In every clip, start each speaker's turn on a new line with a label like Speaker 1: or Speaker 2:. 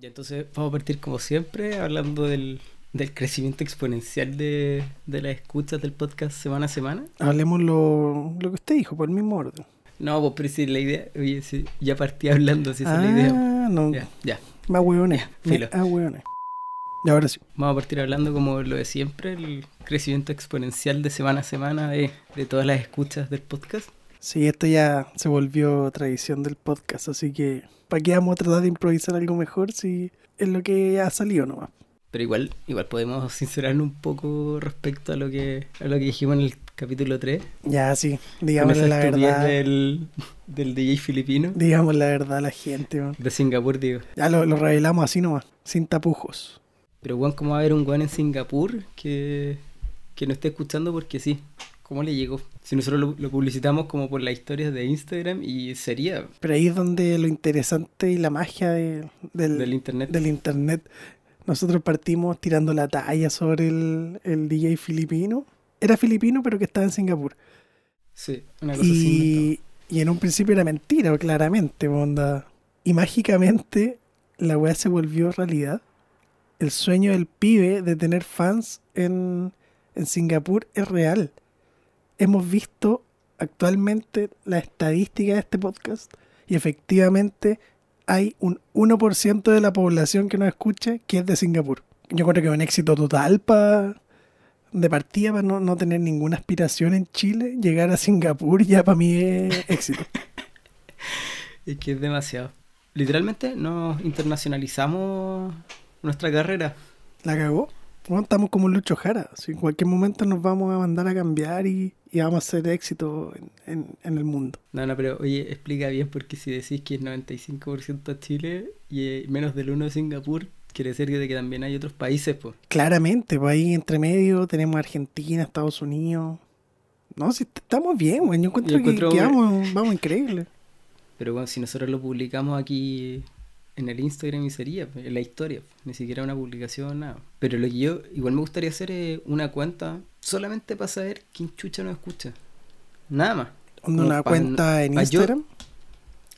Speaker 1: Y entonces vamos a partir como siempre hablando del, del crecimiento exponencial de, de las escuchas del podcast semana a semana.
Speaker 2: Hablemos lo, lo que usted dijo, por el mismo orden.
Speaker 1: No, pues pero si la idea, oye, si ya partí hablando, si esa es la idea.
Speaker 2: Ah, no.
Speaker 1: Ya, ya.
Speaker 2: Me ahueoné. Me
Speaker 1: Filo.
Speaker 2: ahueoné. Y ahora sí.
Speaker 1: Vamos a partir hablando como lo de siempre, el crecimiento exponencial de semana a semana de, de todas las escuchas del podcast.
Speaker 2: Sí, esto ya se volvió tradición del podcast, así que ¿para qué vamos a tratar de improvisar algo mejor si es lo que ha salido nomás?
Speaker 1: Pero igual, igual podemos sincerarnos un poco respecto a lo que, a lo que dijimos en el capítulo 3.
Speaker 2: Ya, sí,
Speaker 1: con
Speaker 2: digamos
Speaker 1: esa
Speaker 2: la
Speaker 1: estupidez
Speaker 2: verdad.
Speaker 1: Del, del DJ filipino.
Speaker 2: Digamos la verdad a la gente, man.
Speaker 1: De Singapur, digo.
Speaker 2: Ya lo, lo revelamos así nomás, sin tapujos.
Speaker 1: Pero, weón, ¿cómo va a haber un weón en Singapur que, que no esté escuchando porque sí? ¿Cómo le llegó? Si nosotros lo, lo publicitamos como por las historias de Instagram y sería
Speaker 2: Pero ahí es donde lo interesante y la magia de- del,
Speaker 1: del internet.
Speaker 2: del internet. Nosotros partimos tirando la talla sobre el, el DJ filipino. Era filipino, pero que estaba en Singapur.
Speaker 1: Sí, una cosa así. inventamos.
Speaker 2: Y, y en un principio era mentira, claramente, onda. Y mágicamente la weá se volvió realidad. El sueño del pibe de tener fans en, en Singapur es real. Hemos visto actualmente la estadística de este podcast y efectivamente hay un 1% de la población que nos escucha que es de Singapur. Yo creo que es un éxito total para de partida para no, no tener ninguna aspiración en Chile, llegar a Singapur ya para mí es éxito.
Speaker 1: Es que es demasiado. Literalmente nos internacionalizamos nuestra carrera.
Speaker 2: La cagó. Bueno, estamos como Lucho Jara. Si en cualquier momento nos vamos a mandar a cambiar y, y vamos a hacer éxito en, en- en el mundo.
Speaker 1: No, no, pero oye, explica bien porque si decís que es 95% Chile y eh, menos del 1% de Singapur, quiere decir que también hay otros países, pues.
Speaker 2: Claramente, pues ahí entre medio tenemos Argentina, Estados Unidos. No, si est- estamos bien, güey. Yo encuentro,
Speaker 1: Yo encuentro-
Speaker 2: que, que vamos, vamos increíble.
Speaker 1: Pero bueno, si nosotros lo publicamos aquí en el Instagram y sería, pues, en la historia, pues, ni siquiera una publicación, nada. Pero lo que yo igual me gustaría hacer es una cuenta solamente para saber quién chucha nos escucha. Nada más.
Speaker 2: Onda,
Speaker 1: Como
Speaker 2: Una
Speaker 1: pa-
Speaker 2: cuenta en
Speaker 1: pa' yo-
Speaker 2: Instagram.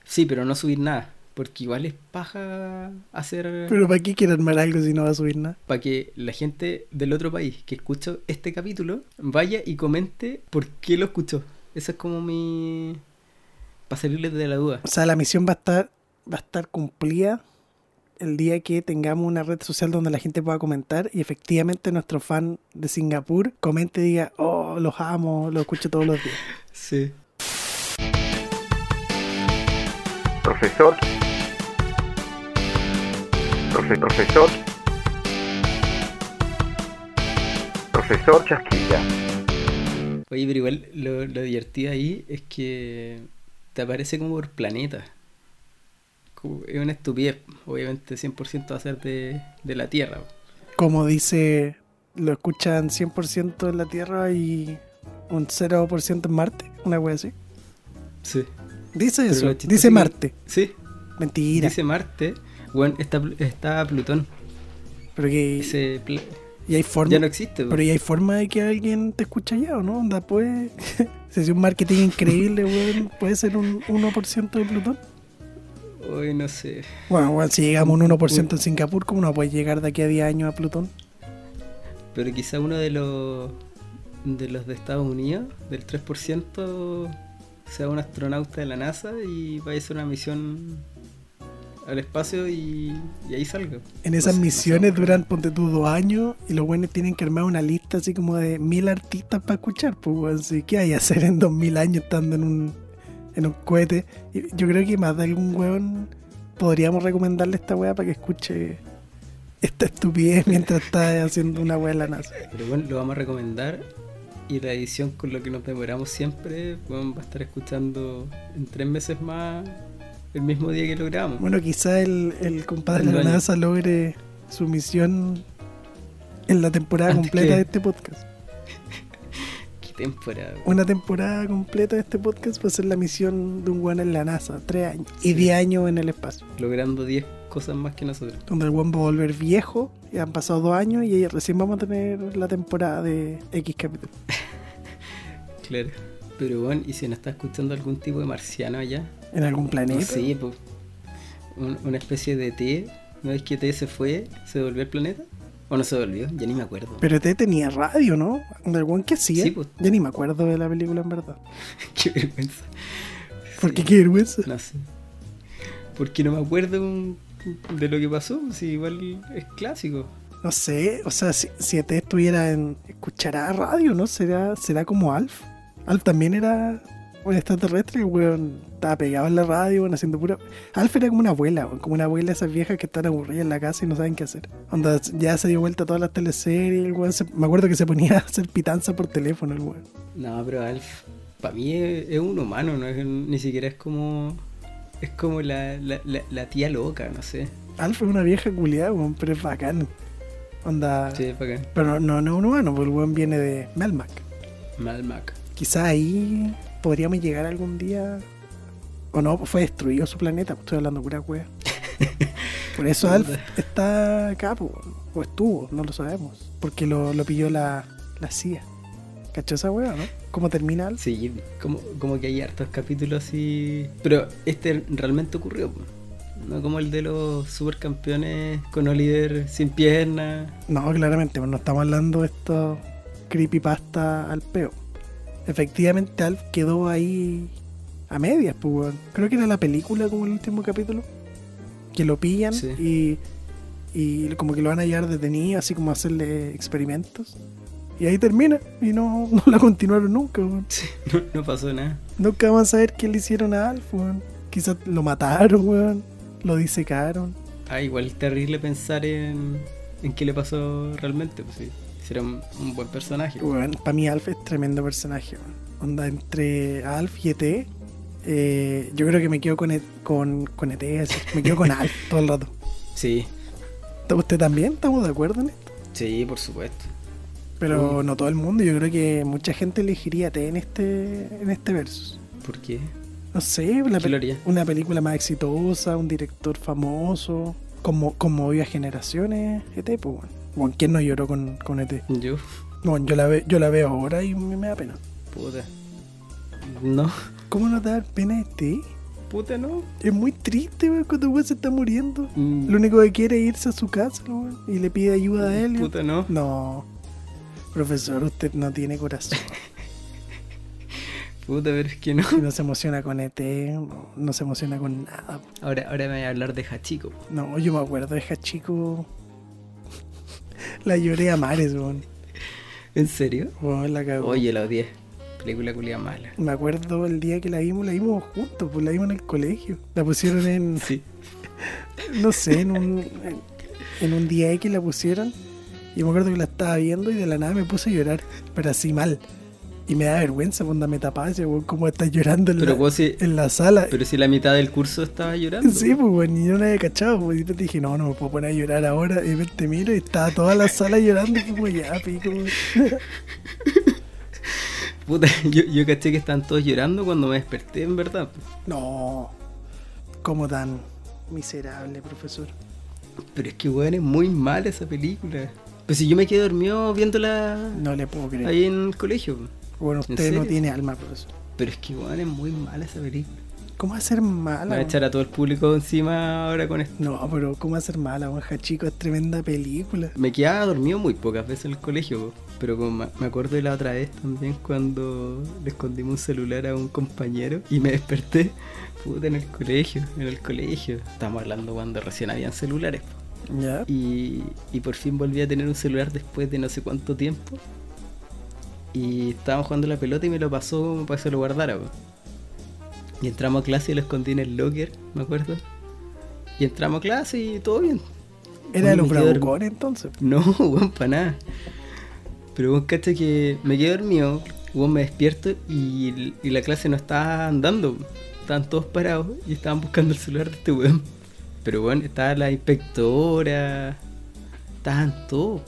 Speaker 1: Sí, pero no subir nada. Porque igual es paja hacer
Speaker 2: Pero ¿para qué quiere armar algo si no va a subir nada?
Speaker 1: para que la gente del otro país que escuchó este capítulo vaya y comente por qué lo escuchó. Esa es como mi... para salirles de la duda.
Speaker 2: O sea, la misión va a estar, va a estar cumplida el día que tengamos una red social donde la gente pueda comentar y efectivamente nuestro fan de Singapur comente y diga, oh, los amo, los escucho todos los días.
Speaker 1: Sí.
Speaker 3: Profesor. Profe- profesor. Profesor Chasquilla.
Speaker 1: Oye, pero igual lo, lo divertido ahí es que te aparece como por planeta. Como- es una estupidez. Obviamente 100% va a ser de, de la Tierra.
Speaker 2: Como dice, lo escuchan 100% en la Tierra y un 0% en Marte, una wea así.
Speaker 1: Sí.
Speaker 2: Dice
Speaker 1: Pero
Speaker 2: eso,
Speaker 1: lo chistoso es
Speaker 2: dice
Speaker 1: que-
Speaker 2: Marte.
Speaker 1: Sí,
Speaker 2: Mentira.
Speaker 1: dice Marte. Bueno, está, Plu- está Plutón.
Speaker 2: pero que
Speaker 1: Ese pla-
Speaker 2: y hay forma.
Speaker 1: ya no existe. po.
Speaker 2: Pero ¿y hay forma de que alguien te escuche allá o no? Onda, pues. Si es un marketing increíble, weón, puede ser un 1% de Plutón.
Speaker 1: Hoy no sé.
Speaker 2: Bueno, weón, si llegamos a un 1% en Singapur, ¿cómo no puedes llegar de aquí a 10 años a Plutón?
Speaker 1: Pero quizá uno de los de los de Estados Unidos, del 3%, sea un astronauta de la NASA y vaya a hacer una misión al espacio y, y ahí salga.
Speaker 2: En esas
Speaker 1: No sé, no sé,
Speaker 2: misiones
Speaker 1: weón.
Speaker 2: duran, ponte tú, dos años y los buenos tienen que armar una lista así como de mil artistas para escuchar, pues, weón. Así que hay a hacer en 2000 años estando en un, en un cohete. Y Yo creo que más de algún weón podríamos recomendarle esta weá para que escuche esta estupidez mientras está haciendo una weá en la NASA.
Speaker 1: Pero bueno, lo vamos a recomendar. Y la edición con lo que nos demoramos siempre, bueno, va a estar escuchando en tres meses más el mismo día que lo grabamos.
Speaker 2: Bueno, quizá el, el compadre de la
Speaker 1: Bueno.
Speaker 2: NASA logre su misión en la temporada
Speaker 1: Antes
Speaker 2: completa
Speaker 1: que-
Speaker 2: de este podcast.
Speaker 1: Qué temporada. weón.
Speaker 2: Una temporada completa de este podcast va a ser la misión de un guan en la NASA, tres años.
Speaker 1: Sí.
Speaker 2: Y diez años en el espacio.
Speaker 1: Logrando 10 cosas más que nosotros.
Speaker 2: Donde el guan va a volver viejo, ya han pasado dos años y ahí recién vamos a tener la temporada de X capítulo.
Speaker 1: Claro. Pero bueno, y si nos está escuchando algún tipo de marciano allá,
Speaker 2: En algún planeta.
Speaker 1: No sé, po. Un- una especie de té ¿No ves que T se fue? ¿Se volvió al planeta? ¿O no se volvió? Ya ni me acuerdo.
Speaker 2: Pero T tenía radio, ¿no? ¿Algún que hacía?
Speaker 1: Sí, pues.
Speaker 2: Ya ni me acuerdo de la película en verdad.
Speaker 1: Qué vergüenza.
Speaker 2: Porque qué vergüenza.
Speaker 1: No sé. Porque no me acuerdo un- de lo que pasó. Si igual es clásico.
Speaker 2: No sé, o sea, si, si E T estuviera en. escuchará radio, ¿no? ¿Será, será como Alf. Alf también era un extraterrestre, el weón. Estaba pegado en la radio, weón, haciendo pura. Alf era como una abuela, weón, como una abuela de esas viejas que están aburridas en la casa y no saben qué hacer. Onda, ya se dio vuelta a todas las teleseries, el weón. se- me acuerdo que se ponía a hacer pitanza por teléfono, el weón.
Speaker 1: No, pero Alf, para mí es, es un humano, no es, ni siquiera es como. Es como la, la, la, la tía loca, no sé.
Speaker 2: Alf es una vieja culiada, weón, pero es bacán. Onda.
Speaker 1: Sí, para acá.
Speaker 2: Pero no, no, no es un humano, porque el weón viene de Melmac.
Speaker 1: Malmac.
Speaker 2: Quizá ahí podríamos llegar algún día. O no, pues, fue destruido su planeta, pues estoy hablando pura wea. Por eso Alf está acá, po, o estuvo, no lo sabemos. Porque lo, lo pilló la, la CIA. ¿Cachó esa wea, no? ¿Cómo termina Alf?
Speaker 1: Sí, como, como que hay hartos capítulos así. Pero este realmente ocurrió, po. no como el de los supercampeones con Oliver sin piernas.
Speaker 2: No, claramente, pues no estamos hablando de estos creepypasta al peo. Efectivamente, Alf quedó ahí a medias, pues, weón. Creo que era la película como el último capítulo. Que lo pillan
Speaker 1: Sí.
Speaker 2: y, y como que lo van a llevar detenido, así como a hacerle experimentos. Y ahí termina, y no, no la continuaron nunca, weón.
Speaker 1: Sí, no, no pasó nada.
Speaker 2: Nunca van a saber qué le hicieron a Alf, weón. Quizás lo mataron, weón. Lo disecaron.
Speaker 1: Ah, igual es terrible pensar en, en qué le pasó realmente. Pues sí, si era un, un buen personaje.
Speaker 2: para mí Alf es tremendo personaje. weón. Onda, entre Alf y ET, eh, yo creo que me quedo con, E- con, con ET, así, me quedo con Alf todo el rato.
Speaker 1: Sí,
Speaker 2: ¿Está- ¿Usted también? ¿Estamos de acuerdo en esto?
Speaker 1: sí, por supuesto.
Speaker 2: Pero
Speaker 1: Mm.
Speaker 2: no todo el mundo, yo creo que mucha gente elegiría ET en este, en este versus.
Speaker 1: ¿Por qué?
Speaker 2: No sé, la
Speaker 1: ¿Qué
Speaker 2: pe-
Speaker 1: lo haría?
Speaker 2: una película más exitosa, un director famoso, como conmovió a generaciones, ET, pues bueno. Bueno, ¿quién no lloró con, con ET?
Speaker 1: Yo,
Speaker 2: Bueno, yo la, ve- yo la veo ahora y me, me da pena.
Speaker 1: puta. No,
Speaker 2: ¿Cómo no te da pena E ET?
Speaker 1: puta no.
Speaker 2: Es muy triste, weón, cuando el weón se está muriendo.
Speaker 1: Mm,
Speaker 2: Lo único que quiere es irse a su casa, weón, y le pide ayuda a él.
Speaker 1: Puta no.
Speaker 2: No. Profesor, usted no tiene corazón.
Speaker 1: Puta, pero es que no.
Speaker 2: Y No se emociona con ET, no, no se emociona con nada.
Speaker 1: Ahora, ahora me voy a hablar de Hachiko.
Speaker 2: No, yo me acuerdo de Hachico. La lloré a mares, weón.
Speaker 1: ¿En serio?
Speaker 2: Weón, la cagó.
Speaker 1: Oye, la odié. Película culia mala.
Speaker 2: Me acuerdo el día que la vimos, la vimos juntos, pues la vimos en el colegio. La pusieron en,
Speaker 1: Sí.
Speaker 2: no sé, en un, en, en un día X la pusieron. Y me acuerdo que la estaba viendo y de la nada me puse a llorar, pero así mal. Y me da vergüenza cuando me tapaba ese weón, como estás llorando en,
Speaker 1: Pero
Speaker 2: la,
Speaker 1: vos si,
Speaker 2: en la sala.
Speaker 1: pero si la mitad del curso estaba llorando.
Speaker 2: Sí, pues bueno, y yo no había cachado, pues y después dije, no, no me puedo poner a llorar ahora. Y de repente miro y estaba toda la sala llorando, y como ya, pico. weón.
Speaker 1: Puta, yo, yo caché que estaban todos llorando cuando me desperté, en verdad.
Speaker 2: No, como tan miserable, profesor.
Speaker 1: Pero es que, weón, es muy mala esa película. Pues si yo me quedé dormido viéndola
Speaker 2: No le puedo creer.
Speaker 1: ahí en el colegio. po.
Speaker 2: Bueno,
Speaker 1: ¿En
Speaker 2: usted no
Speaker 1: serio?
Speaker 2: tiene alma, profesor.
Speaker 1: Pero es que, weón, es muy mala esa película.
Speaker 2: ¿Cómo hacer
Speaker 1: Van
Speaker 2: mala?
Speaker 1: a
Speaker 2: weón?
Speaker 1: echar a todo el público encima ahora con esto.
Speaker 2: No, pero ¿cómo hacer mala? Juan Chico es tremenda película.
Speaker 1: Me quedaba dormido muy pocas veces en el colegio, po. pero como me me acuerdo de la otra vez también cuando le escondimos un celular a un compañero y me desperté, puta, en el colegio, en el colegio. Estábamos hablando cuando recién habían celulares. po.
Speaker 2: Ya.
Speaker 1: Y, y por fin volví a tener un celular después de no sé cuánto tiempo. Y estábamos jugando la pelota y me lo pasó como para que se lo guardara. po. Y entramos a clase y lo escondí en el locker, me acuerdo. Y entramos a clase y todo bien.
Speaker 2: Era de los
Speaker 1: Me quedé dorm-
Speaker 2: bravucones entonces.
Speaker 1: No, weón, para nada. Pero vos cacha que me quedé dormido, weón, me despierto y, y la clase no estaba andando. Estaban todos parados y estaban buscando el celular de este weón. Pero weón, estaba la inspectora, estaban todos.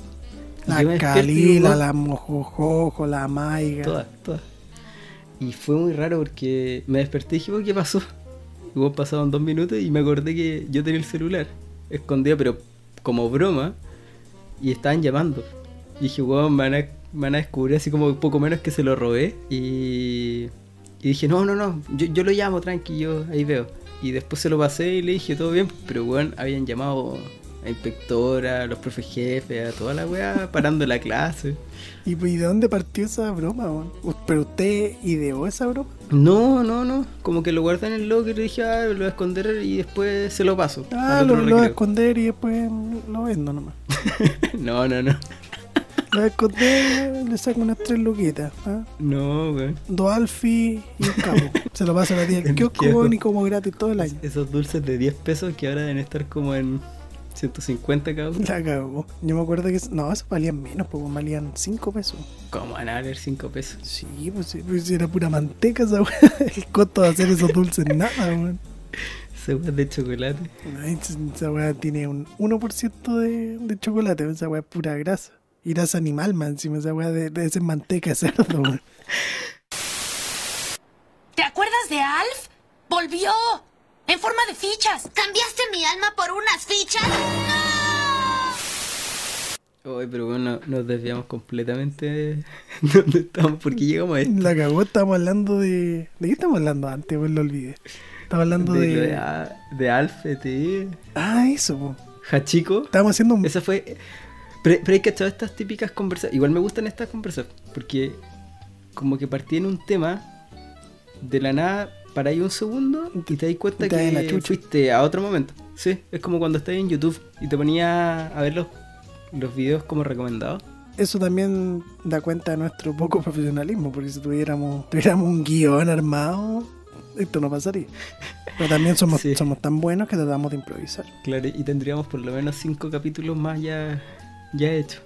Speaker 1: Y yo me
Speaker 2: La
Speaker 1: despierto y,
Speaker 2: Calila,
Speaker 1: weón,
Speaker 2: la Mojojojo, la Maiga.
Speaker 1: Todas, todas. Y fue muy raro porque me desperté y dije, "Oh, ¿qué pasó? Y vos pasaron dos minutos y me acordé que yo tenía el celular escondido, pero como broma, y estaban llamando. Y dije, wow, me van a, me van a descubrir así como poco menos que se lo robé. Y, y dije, no, no, no, yo, yo lo llamo, tranqui, yo ahí veo. Y después se lo pasé y le dije, todo bien, pero weón, habían llamado a inspectora, a los profes jefes, a toda la weá parando la clase.
Speaker 2: ¿Y pues, ¿y de dónde partió esa broma? weón? U- ¿Pero usted ideó esa broma?
Speaker 1: No, no, no. Como que lo guardé en el locker y dije, ah, lo voy a esconder y después se lo paso.
Speaker 2: Ah,
Speaker 1: al
Speaker 2: lo,
Speaker 1: otro
Speaker 2: lo voy a
Speaker 1: recreo.
Speaker 2: esconder y después mm, lo vendo nomás.
Speaker 1: No, no, no.
Speaker 2: Lo voy a esconder, le saco unas tres luquitas. ¿ah?
Speaker 1: No, weón.
Speaker 2: Dos alfi y un cabo. Se lo paso a la tía del
Speaker 1: El
Speaker 2: kiosco
Speaker 1: kiosco.
Speaker 2: weón, y como gratis todo el año.
Speaker 1: Esos dulces de 10 pesos que ahora deben estar como en 150 cada uno.
Speaker 2: La cagó. Yo me acuerdo que. No, esos valían menos, pues weón, valían 5 pesos.
Speaker 1: ¿Cómo van a valer 5 pesos?
Speaker 2: Sí, pues, sí, pues, era pura manteca esa weá. El costo de hacer esos dulces, nada, weón.
Speaker 1: Esa weá de chocolate.
Speaker 2: Ay, Esa weá tiene un 1% de, de chocolate, esa weá es pura grasa. Y grasa animal, man, encima esa weá de, de ese manteca de cerdo, weón.
Speaker 4: ¿Te acuerdas de Alf? ¡Volvió! En forma de fichas.
Speaker 5: ¿Cambiaste mi alma por unas fichas?
Speaker 1: Oye, pero bueno, nos desviamos completamente de donde estamos. ¿Por qué llegamos a este esto?
Speaker 2: La cagó, estábamos hablando de. ¿De qué estábamos hablando antes, weón? Lo olvidé. Estaba hablando
Speaker 1: De,
Speaker 2: de.
Speaker 1: lo de, A- de Alf, ET,
Speaker 2: Ah, eso, po.
Speaker 1: Hachiko.
Speaker 2: Estábamos haciendo un.
Speaker 1: Esa fue. Pero, pero hay que todas estas típicas conversas. Igual me gustan estas conversas. Porque como que partí en un tema. De la nada, para ahí un segundo. Y te das cuenta
Speaker 2: Te das la
Speaker 1: que
Speaker 2: chucha.
Speaker 1: fuiste a otro momento. Sí, es como cuando estás en YouTube y te ponía a ver los, los videos como recomendados.
Speaker 2: Eso también da cuenta de nuestro poco profesionalismo, porque si tuviéramos, tuviéramos un guión armado, esto no pasaría. Pero también somos,
Speaker 1: Sí.
Speaker 2: somos tan buenos que tratamos de improvisar.
Speaker 1: Claro, y tendríamos por lo menos cinco capítulos más ya, ya hechos.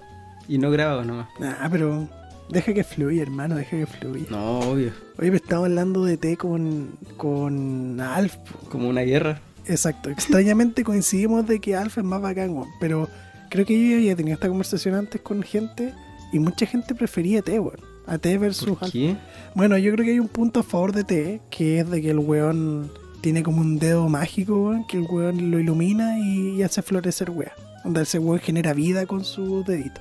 Speaker 1: Y no grabados nomás.
Speaker 2: Ah, pero deja que fluya, hermano, deja que fluya.
Speaker 1: No, obvio.
Speaker 2: Oye, pero estamos hablando de té con, con Alf. po.
Speaker 1: Como una guerra.
Speaker 2: Exacto, extrañamente coincidimos de que Alf es más bacán, weón, pero creo que yo ya había tenido esta conversación antes con gente y mucha gente prefería té, weón. A té versus
Speaker 1: ¿Por
Speaker 2: Alf.
Speaker 1: qué?
Speaker 2: Bueno, yo creo que hay un punto a favor de T, que es de que el weón tiene como un dedo mágico, weón, que el weón lo ilumina y, y hace florecer weón. Donde ese weón genera vida con su dedito.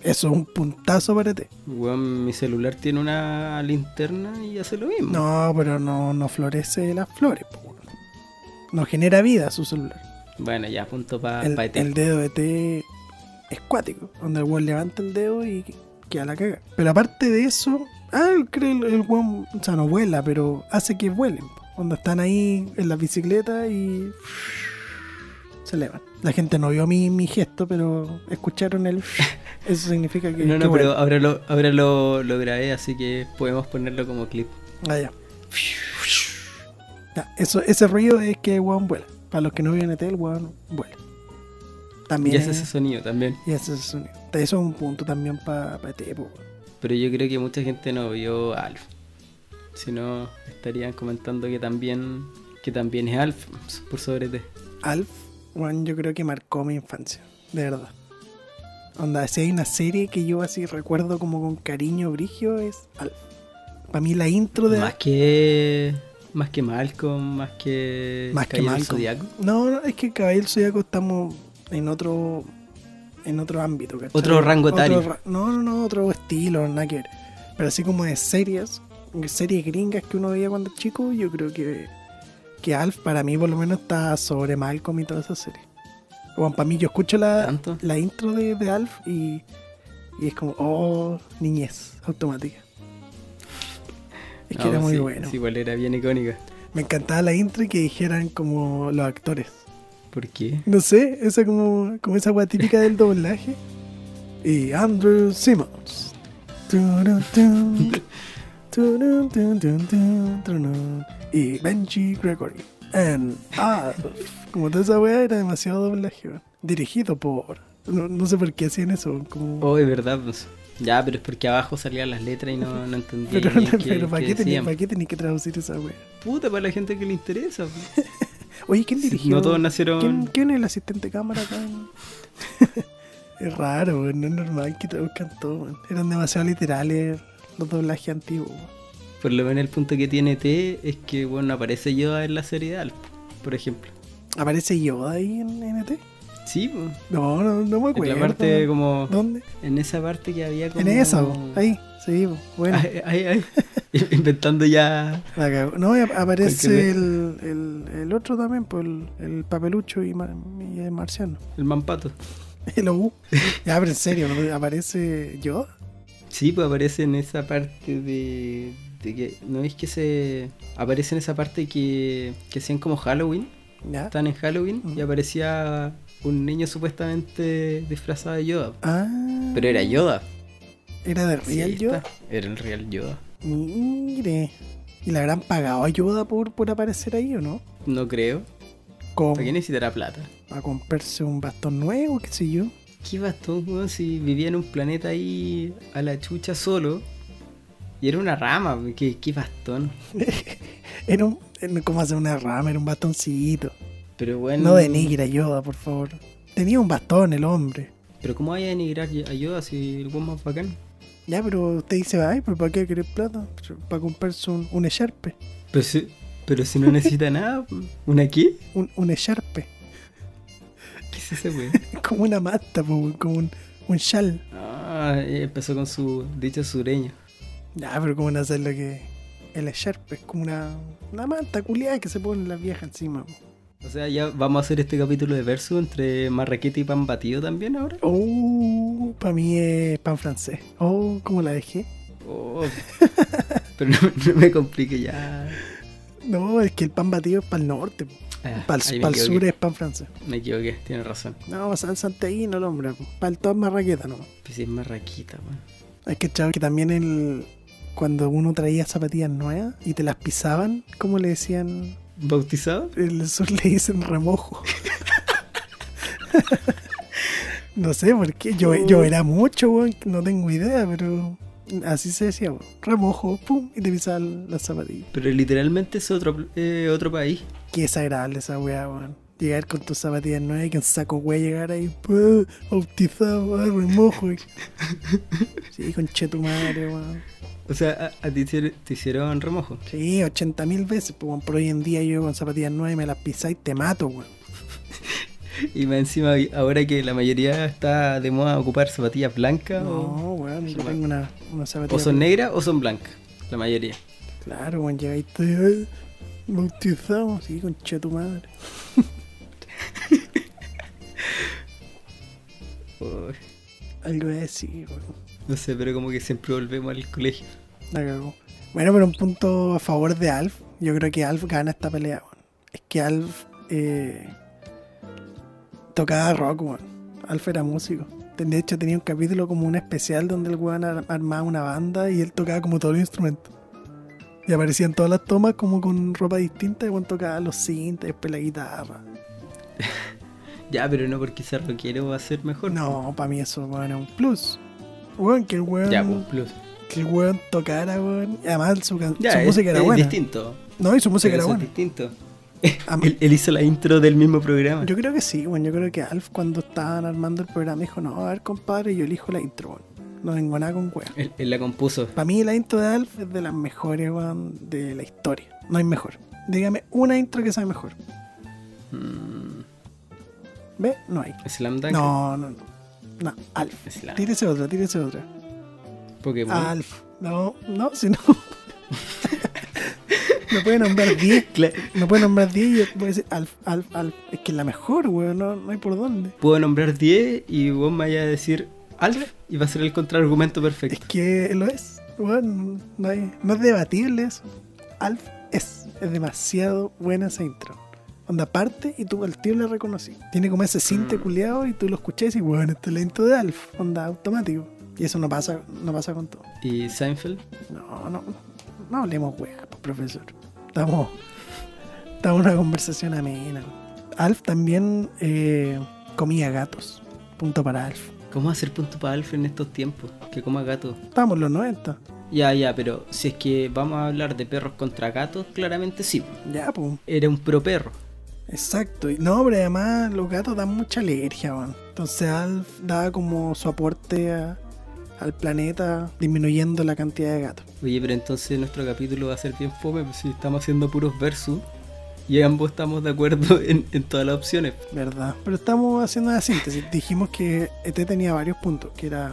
Speaker 2: Eso es un puntazo para T.
Speaker 1: Weón, mi celular tiene una linterna y hace lo mismo.
Speaker 2: No, pero no, no florece las flores, po, weón. No genera vida su celular.
Speaker 1: Bueno, ya, punto para
Speaker 2: el,
Speaker 1: Ah, pa ET.
Speaker 2: el dedo de T es cuático, donde el weón levanta el dedo y queda la caga. Pero aparte de eso, ah, el, creo el, el weón, o sea, no vuela, pero hace que vuelen. Cuando están ahí en la bicicleta y se elevan. La gente no vio mi, mi gesto, pero escucharon el... Eso significa que...
Speaker 1: No,
Speaker 2: que
Speaker 1: no, pero
Speaker 2: vuela.
Speaker 1: ahora lo, ahora lo, lo grabé, así que podemos ponerlo como clip.
Speaker 2: Ah, ya. Ya, eso, ese ruido es que el weón vuela. Para los que no vieron ET, el weón vuela. También...
Speaker 1: Y hace
Speaker 2: es-
Speaker 1: ese sonido también.
Speaker 2: Y ese es un, eso es un punto también para pa ti, po, weón.
Speaker 1: Pero yo creo que mucha gente no vio a Alf. Si no, estarían comentando que también, que también es Alf, por sobre T.
Speaker 2: Alf, weón, yo creo que marcó mi infancia, de verdad. Onda, si hay una serie que yo así recuerdo como con cariño brigio es Alf. Para mí la intro de
Speaker 1: Más que. Más que Malcolm, más que.
Speaker 2: más que
Speaker 1: Caballero del
Speaker 2: Malcolm.
Speaker 1: Zodiaco.
Speaker 2: No, no, es que Caballero del Zodiaco estamos en otro en otro ámbito, ¿cachai?
Speaker 1: Otro rango etario.
Speaker 2: ra- no, no, no, otro estilo, nada que ver. Pero así como de series, series gringas que uno veía cuando chico, yo creo que, que Alf para mí por lo menos está sobre Malcolm y todas esas series. Bueno, para mí yo escucho la,
Speaker 1: ¿Tanto?
Speaker 2: la intro de, de Alf y, y es como, oh, niñez automática. Es que
Speaker 1: No,
Speaker 2: era muy
Speaker 1: sí,
Speaker 2: bueno.
Speaker 1: sí, igual era bien icónica.
Speaker 2: Me encantaba la intro y que dijeran como los actores.
Speaker 1: ¿Por qué?
Speaker 2: No sé, esa como, como esa weá típica del doblaje. Y Andrew Simmons. Turun, tun. Turun, tun, tun, tun, turun. Y Benji Gregory. And Alf. Como toda esa weá era demasiado doblaje, weón. Dirigido por. No, no sé por qué hacían eso. Como...
Speaker 1: Oh, es verdad, pues. Ya, pero es porque abajo salían las letras y no, no entendía.
Speaker 2: pero
Speaker 1: bien qué-
Speaker 2: pero ¿para,
Speaker 1: qué
Speaker 2: qué tenía,
Speaker 1: decían.
Speaker 2: ¿para qué tenía que traducir esa weá?
Speaker 1: Puta, para la gente que le interesa. pues.
Speaker 2: Oye, ¿quién
Speaker 1: Sí,
Speaker 2: dirigió?
Speaker 1: no todos nacieron-
Speaker 2: ¿Quién, quién es el asistente de cámara acá? es raro, weón, no es normal que traduzcan todo, weón. Eran demasiado literales los doblajes antiguos. weón.
Speaker 1: Por lo menos el punto que tiene T es que, bueno, aparece yo en la serie de Alf, por ejemplo.
Speaker 2: ¿Aparece Yoda ahí en NT?
Speaker 1: Sí, po.
Speaker 2: No, no, no me
Speaker 1: En
Speaker 2: acuerdo.
Speaker 1: la parte como.
Speaker 2: ¿Dónde?
Speaker 1: En esa parte que había como.
Speaker 2: En esa, po. ahí, sí, po. bueno.
Speaker 1: Ay, ay, ay. Inventando ya.
Speaker 2: La cagó. No, y ap- aparece
Speaker 1: Cualquier-
Speaker 2: el, el, el otro también, pues el, el papelucho y, mar- y el marciano.
Speaker 1: El mampato.
Speaker 2: El OU. Ya, pero en serio, ¿no? aparece yo.
Speaker 1: Sí, pues aparece en esa parte de. de que, ¿No es que se. Aparece en esa parte que, que hacían como Halloween?
Speaker 2: Ya.
Speaker 1: Están en Halloween y
Speaker 2: Ujú.
Speaker 1: aparecía un niño supuestamente disfrazado de Yoda.
Speaker 2: Ah,
Speaker 1: Pero era Yoda.
Speaker 2: era de
Speaker 1: Sí,
Speaker 2: real
Speaker 1: ahí
Speaker 2: yo.
Speaker 1: está. Era el real Yoda.
Speaker 2: Mire. ¿Y la habrán pagado a Yoda por, por aparecer ahí o no?
Speaker 1: No creo.
Speaker 2: ¿Cómo?
Speaker 1: ¿Para qué necesitará plata?
Speaker 2: ¿Para comprarse un bastón nuevo, qué sé yo?
Speaker 1: ¿Qué bastón, weón? Si vivía en un planeta ahí a la chucha solo. Y era una rama, weón. ¿qué, qué bastón.
Speaker 2: Era un. era como hacer una rama, era un bastoncito.
Speaker 1: Pero bueno.
Speaker 2: No denigre a Yoda, por favor. Tenía un bastón el hombre.
Speaker 1: Pero ¿cómo vaya a denigrar a Yoda si el weón más bacán?
Speaker 2: Ya, pero usted dice, ay, pero ¿para qué querer plata? Para comprarse un, un echarpe.
Speaker 1: Pero si, pero si no necesita nada, ¿una qué?
Speaker 2: Un, un echarpe.
Speaker 1: ¿Qué es ese weón?
Speaker 2: Es como una mata, po, weón, como un, un chal.
Speaker 1: Ah, eh, empezó con su dicho sureño.
Speaker 2: Ya, pero ¿cómo no hacer lo que. El echarpe es como una, una manta culiada que se pone las viejas encima. po.
Speaker 1: O sea, ya vamos a hacer este capítulo de verso entre marraqueta y pan batido también ahora.
Speaker 2: Oh, para mí es pan francés. Oh, ¿cómo la dejé?
Speaker 1: Oh, pero no, no me complique ya.
Speaker 2: No, es que el pan batido es para el norte.
Speaker 1: Ah,
Speaker 2: Para
Speaker 1: ahí
Speaker 2: el,
Speaker 1: me equivoqué.
Speaker 2: sur eh. es pan francés.
Speaker 1: Me equivoqué, tienes razón.
Speaker 2: No, salsa santeíno el hombre. Para el top marraqueta nomás.
Speaker 1: Pues sí, es marraquita, weón.
Speaker 2: Es que chavo, que también el cuando uno traía zapatillas nuevas y te las pisaban, ¿cómo le decían?
Speaker 1: ¿Bautizado?
Speaker 2: En el sur le dicen remojo. no sé por qué. Yo, yo era mucho, weón, que no tengo idea, pero así se decía, weón. Remojo, pum, y te pisaban las zapatillas.
Speaker 1: Pero literalmente es otro, pl- eh, otro país.
Speaker 2: Qué desagradable esa weá, weón. Llegar con tus zapatillas nuevas y que un saco weá llegar ahí, ¡pah! bautizado, ah, remojo. sí, con tu madre, weón.
Speaker 1: O sea, a, a ti te, te hicieron remojo.
Speaker 2: Sí, 80 mil veces, pues, weón, pero hoy en día yo con zapatillas nuevas y me las pisáis y te mato, weón.
Speaker 1: Y más encima, ahora que la mayoría está de moda ocupar zapatillas blancas o-
Speaker 2: No, weón, yo tengo una, una zapatilla.
Speaker 1: o son negras o son blancas. La mayoría.
Speaker 2: Claro, weón, llegáis tú y, "Ay, bautizado, sí, concha tu madre.
Speaker 1: Uy,
Speaker 2: Algo es así, weón,
Speaker 1: no sé, pero como que siempre volvemos al colegio.
Speaker 2: la cagó. Bueno, pero un punto a favor de Alf, yo creo que Alf gana esta pelea, weón. Es que Alf eh, tocaba rock, weón. Alf era músico. De hecho, tenía un capítulo como un especial donde el weón ar- armaba una banda y él tocaba como todos los instrumentos. Y aparecían todas las tomas como con ropa distinta y el weón tocaba los cintas, después la guitarra.
Speaker 1: Ya, pero no porque ser rockero va a ser mejor.
Speaker 2: No, para mí eso weón, era un plus. Weón, que el weón,
Speaker 1: Ya, pues, plus.
Speaker 2: que el weón tocara, weón. Y además su, can-
Speaker 1: Ya,
Speaker 2: su
Speaker 1: es,
Speaker 2: música era
Speaker 1: es
Speaker 2: buena.
Speaker 1: distinto.
Speaker 2: No, y su música
Speaker 1: Pero eso
Speaker 2: era
Speaker 1: es
Speaker 2: buena.
Speaker 1: distinto.
Speaker 2: Am-
Speaker 1: Él, él hizo la intro del mismo programa.
Speaker 2: Yo creo que sí, bueno, yo creo que Alf cuando estaban armando el programa dijo, no, a ver compadre, yo elijo la intro, weón. No tengo nada con weón.
Speaker 1: Él, él la compuso.
Speaker 2: Para mí la intro de Alf es de las mejores, weón, de la historia. No hay mejor. Dígame una intro que sea mejor. ¿Ve? No hay.
Speaker 1: Mm, Slam Dunk.
Speaker 2: No, no, no. No, Alf.
Speaker 1: Slam.
Speaker 2: Tírese otra, tírese otra.
Speaker 1: Pokémon.
Speaker 2: Alf. No, no, si no. No puede nombrar 10.
Speaker 1: Cla-
Speaker 2: No puede nombrar 10 y yo voy a decir Alf, Alf, Alf. Es que es la mejor, weón. No, no hay por dónde.
Speaker 1: Puedo nombrar 10 y vos me vayas a decir Alf y va a ser el contraargumento
Speaker 2: Es
Speaker 1: perfecto.
Speaker 2: que lo es. Bueno, no, hay- no es debatible eso. Alf es. Es demasiado buena esa intro. Onda parte y tú al tío le reconocí. Tiene como ese cinte culeado y tú lo escuchás y bueno, esta es la intro de Alf. Onda automático. Y eso no pasa, no pasa con todo.
Speaker 1: ¿Y Seinfeld?
Speaker 2: No, no. No hablemos weá, po, profesor. Estamos. Estamos en una conversación amena. Alf también eh, comía gatos. Punto para Alf.
Speaker 1: ¿Cómo hacer punto para Alf en estos tiempos? Que coma gato.
Speaker 2: Estamos en los 90.
Speaker 1: Ya, ya, pero si es que vamos a hablar de perros contra gatos, claramente sí.
Speaker 2: Ya, pues.
Speaker 1: Era un pro perro.
Speaker 2: Exacto. Y- No, pero además los gatos dan mucha alergia, weón. Entonces Alf da como su aporte a- al planeta disminuyendo la cantidad de gatos.
Speaker 1: Oye, pero entonces nuestro capítulo va a ser bien fome pues, si estamos haciendo puros versus y ambos estamos de acuerdo en, en todas las opciones.
Speaker 2: ¿Verdad? Pero estamos haciendo una síntesis. Dijimos que ET tenía varios puntos, que era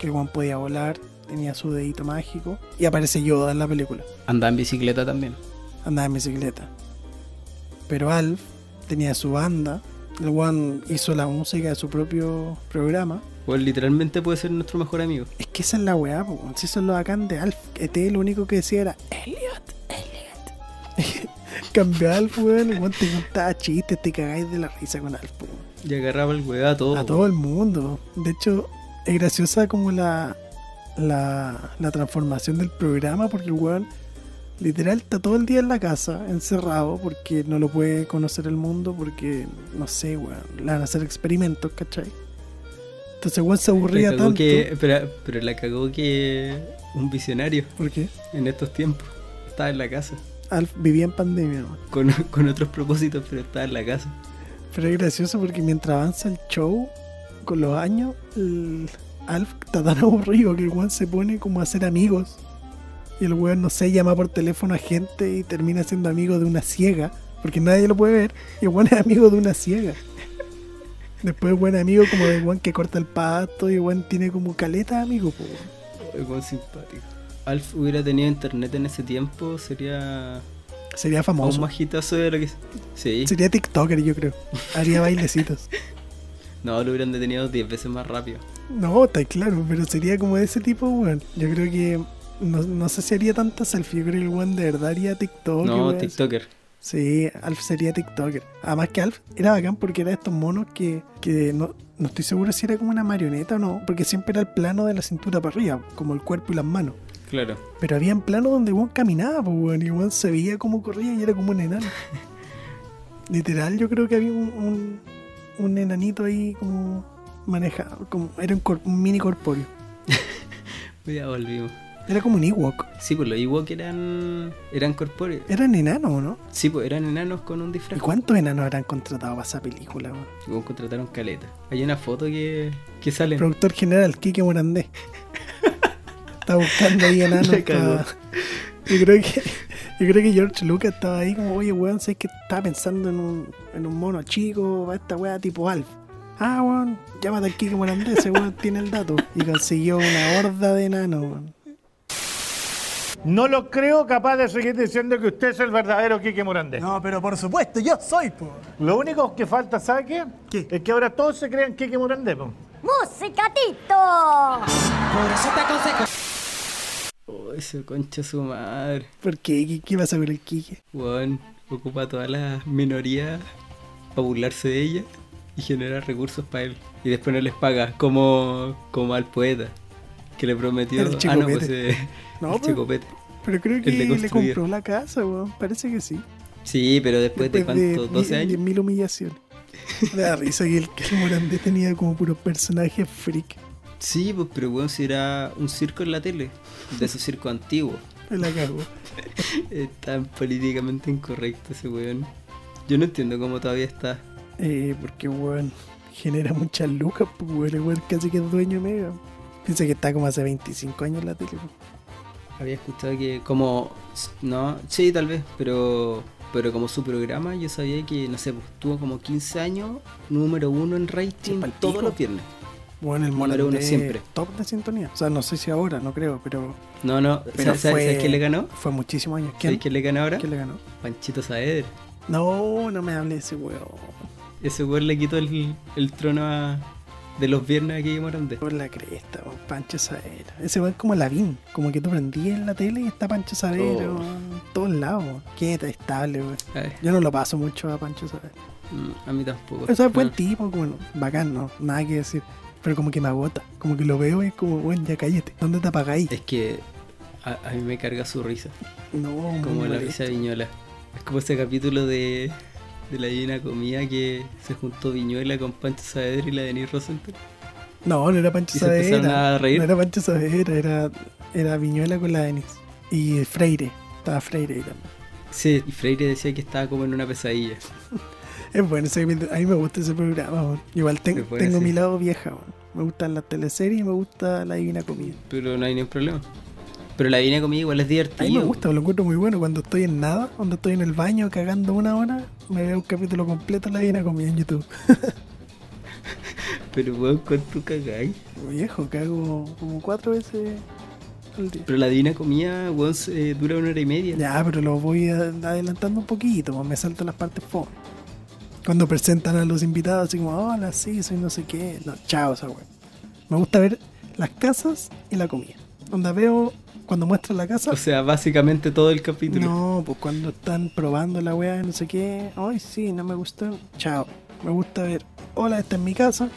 Speaker 2: que Juan podía volar, tenía su dedito mágico y aparece Yoda en la película.
Speaker 1: Andaba en bicicleta también.
Speaker 2: Andaba en bicicleta. Pero Alf tenía su banda, el Juan hizo la música de su propio programa.
Speaker 1: Pues literalmente puede ser nuestro mejor amigo.
Speaker 2: Es que esa es la weá, po. weón. Si eso es lo bacán de Alf. ET lo único que decía era Elliot, Elliot. Cambió a Alf, weón. El weón te contaba chistes, te cagáis de la risa con Alf, po, weón.
Speaker 1: Y agarraba el weá a todo.
Speaker 2: A todo el mundo. De hecho, es graciosa como la, la, la transformación del programa, porque el weón literal está todo el día en la casa, encerrado, porque no lo puede conocer el mundo, porque no sé, weón, le van a hacer experimentos, ¿cachai? Entonces, weón se aburría
Speaker 1: la cagó
Speaker 2: tanto.
Speaker 1: que, espera, pero la cagó que un visionario
Speaker 2: ¿Por qué?
Speaker 1: en estos tiempos. Estaba en la casa.
Speaker 2: Alf vivía en pandemia, weón.
Speaker 1: Con, con otros propósitos, pero estaba en la casa.
Speaker 2: Pero es gracioso porque mientras avanza el show, con los años, el Alf está tan aburrido que el weón se pone como a hacer amigos. Y el weón, no sé, llama por teléfono a gente y termina siendo amigo de una ciega, porque nadie lo puede ver. Y el weón es amigo de una ciega. Después, buen amigo como del weón que corta el pasto y el weón tiene como caleta de amigos, po, weón.
Speaker 1: Ay, weón simpático. Alf hubiera tenido internet en ese tiempo, sería
Speaker 2: Sería
Speaker 1: un
Speaker 2: famoso.
Speaker 1: majitazo de lo que. Sí.
Speaker 2: Sería TikToker, yo creo. Haría bailecitos.
Speaker 1: No, lo hubieran detenido 10 veces más rápido.
Speaker 2: No, está claro, pero sería como de ese tipo, weón. Yo creo que. No, no sé si haría tanta selfie. Yo creo que el weón de verdad haría TikTok. y
Speaker 1: no,
Speaker 2: weas.
Speaker 1: TikToker.
Speaker 2: Sí, Alf sería TikToker. Además que Alf era bacán porque era de estos monos que, que no, no estoy seguro si era como una marioneta o no, porque siempre era el plano de la cintura para arriba, como el cuerpo y las manos.
Speaker 1: Claro.
Speaker 2: Pero había un plano donde Juan caminaba, pues, weón, y Juan se veía cómo corría y era como un enano. Literal, yo creo que había un, un, un enanito ahí como manejado, como, era un, cor- un mini corpóreo.
Speaker 1: Ya volvimos.
Speaker 2: Era como un Ewok.
Speaker 1: Sí, pues los Ewok eran. eran corpóreos.
Speaker 2: Eran enanos, ¿no?
Speaker 1: Sí, pues eran enanos con un
Speaker 2: ¿Y
Speaker 1: disfraz.
Speaker 2: cuántos enanos habrán contratado para esa película, weón?
Speaker 1: Y vos contrataron caleta. Hay una foto que, que sale.
Speaker 2: Productor general, Kike Morandé. Está buscando ahí enanos
Speaker 1: La cagó.
Speaker 2: pa- Yo creo que. Yo creo que George Lucas estaba ahí como, oye, weón, ¿sabes que estaba pensando en un, en un mono chico para esta weá tipo Alf? Ah, weón, llámate al Kike Morandé, ese weón tiene el dato. Y consiguió una horda de enanos, weón.
Speaker 6: No lo creo capaz de seguir diciendo que usted es el verdadero Quique Morandé.
Speaker 7: No, pero por supuesto, yo soy, po.
Speaker 6: Lo único que falta, ¿sabe qué?
Speaker 7: ¿Qué?
Speaker 6: Es que ahora todos se crean Quique Morandé. po.
Speaker 5: ¡Musicatito!
Speaker 7: Por eso te aconsejo.
Speaker 1: Oh, ese concha su madre.
Speaker 2: Porque ¿qué, qué pasa con el Kike?
Speaker 1: Weón, ocupa a todas las minorías para burlarse de ella y generar recursos para él. Y después no les paga, como, como al poeta, que le prometió.
Speaker 2: El
Speaker 1: ah, no, pues
Speaker 2: chicopete.
Speaker 1: eh,
Speaker 2: No,
Speaker 1: el
Speaker 2: pues.
Speaker 1: chicopete.
Speaker 2: Pero creo que
Speaker 1: El de
Speaker 2: le
Speaker 1: construir.
Speaker 2: compró la casa, weón. Parece que sí.
Speaker 1: Sí, pero después, de cuánto, 12
Speaker 2: de
Speaker 1: años.
Speaker 2: 10.000 humillaciones. Me da risa que el, que el Morandé tenía como puros personajes freak.
Speaker 1: Sí, pues, pero weón, si era un circo en la tele, de esos circos antiguos.
Speaker 2: Me Pues la cago.
Speaker 1: Es tan políticamente incorrecto ese weón. Yo no entiendo cómo todavía está.
Speaker 2: Eh, porque, weón, genera muchas lucas, pues, weón. El weón casi que es dueño de mega. Piensa que está como hace 25 años en la tele, pues.
Speaker 1: Había escuchado que como no, sí tal vez, pero pero como su programa yo sabía que no sé, pues, tuvo como 15 años número uno en rating
Speaker 2: Sí, pa'l
Speaker 1: todos
Speaker 2: pico.
Speaker 1: los viernes.
Speaker 2: Bueno, el
Speaker 1: Número
Speaker 2: Morandé
Speaker 1: uno siempre.
Speaker 2: top de sintonía. O sea, no sé si ahora, no creo, pero.
Speaker 1: No, no, ¿sabes,
Speaker 2: pero
Speaker 1: sabes- sabes quién le ganó?
Speaker 2: Fue muchísimos años. ¿Quién?
Speaker 1: ¿Sabes quién le ganó ahora?
Speaker 2: ¿Quién le ganó?
Speaker 1: Panchito Saavedra.
Speaker 2: No, no me hable de ese weón.
Speaker 1: Ese weón le quitó el, el trono a- de los viernes aquí en Morandé.
Speaker 2: Por la cresta, weón, Pancho Savera. Ese weón es como Lavín, como que tú prendías en la tele y está Pancho Savera,
Speaker 1: Oh.
Speaker 2: weón, en todos lados, weón. Quieto, estable, weón.
Speaker 1: A, ver,
Speaker 2: Yo no lo paso mucho a Pancho Savera.
Speaker 1: mm, a mí tampoco.
Speaker 2: O sea, es buen
Speaker 1: No.
Speaker 2: tipo, como, bacán, no, nada que decir. Pero como que me agota, como que lo veo y es como, weón, ya cállate, ¿dónde te apagáis?
Speaker 1: Es que a, a mí me carga su risa,
Speaker 2: No, muy
Speaker 1: como la
Speaker 2: molesto.
Speaker 1: risa de Viñola. Es como ese capítulo de, de la Divina Comida que se juntó Viñuela con Pancho Saavedra y la Denise Rosenthal.
Speaker 2: No, no era Pancho
Speaker 1: Y se empezaron
Speaker 2: Savera.
Speaker 1: a reír.
Speaker 2: No era Pancho Savera, era, era Viñuela con la Denis. Y Freire, estaba Freire ahí también.
Speaker 1: Sí, y Freire decía que estaba como en una pesadilla.
Speaker 2: Es bueno, ese- a mí me gusta ese programa. weón. Igual ten-
Speaker 1: Es bueno,
Speaker 2: tengo
Speaker 1: sí.
Speaker 2: mi lado vieja. weón. Me gustan las teleseries y me gusta la divina comida.
Speaker 1: Pero no hay ningún problema. Pero la Divina Comedia igual es
Speaker 2: A mí me
Speaker 1: divertido.
Speaker 2: gusta, lo encuentro muy bueno. Cuando estoy en nada, cuando estoy en el baño cagando una hora, me veo un capítulo completo de la Divina Comedia en YouTube.
Speaker 1: Pero weón, ¿cuánto cagáis?
Speaker 2: Viejo, cago como cuatro veces al día.
Speaker 1: Pero la Divina Comedia, weón, se- eh, dura una hora y media.
Speaker 2: Ya, pero lo voy a- adelantando un poquito, pues, me salto las partes fome. Cuando presentan a los invitados, así como, hola, sí, soy no sé qué. No, chao, esa wea. Me gusta ver las casas y la comida. Donde veo, cuando muestran la casa,
Speaker 1: O sea, básicamente todo el capítulo.
Speaker 2: no, pues cuando están probando la weá, no sé qué. Ay, sí, no me gustó. Chao. Me gusta ver. Hola, esta es mi casa.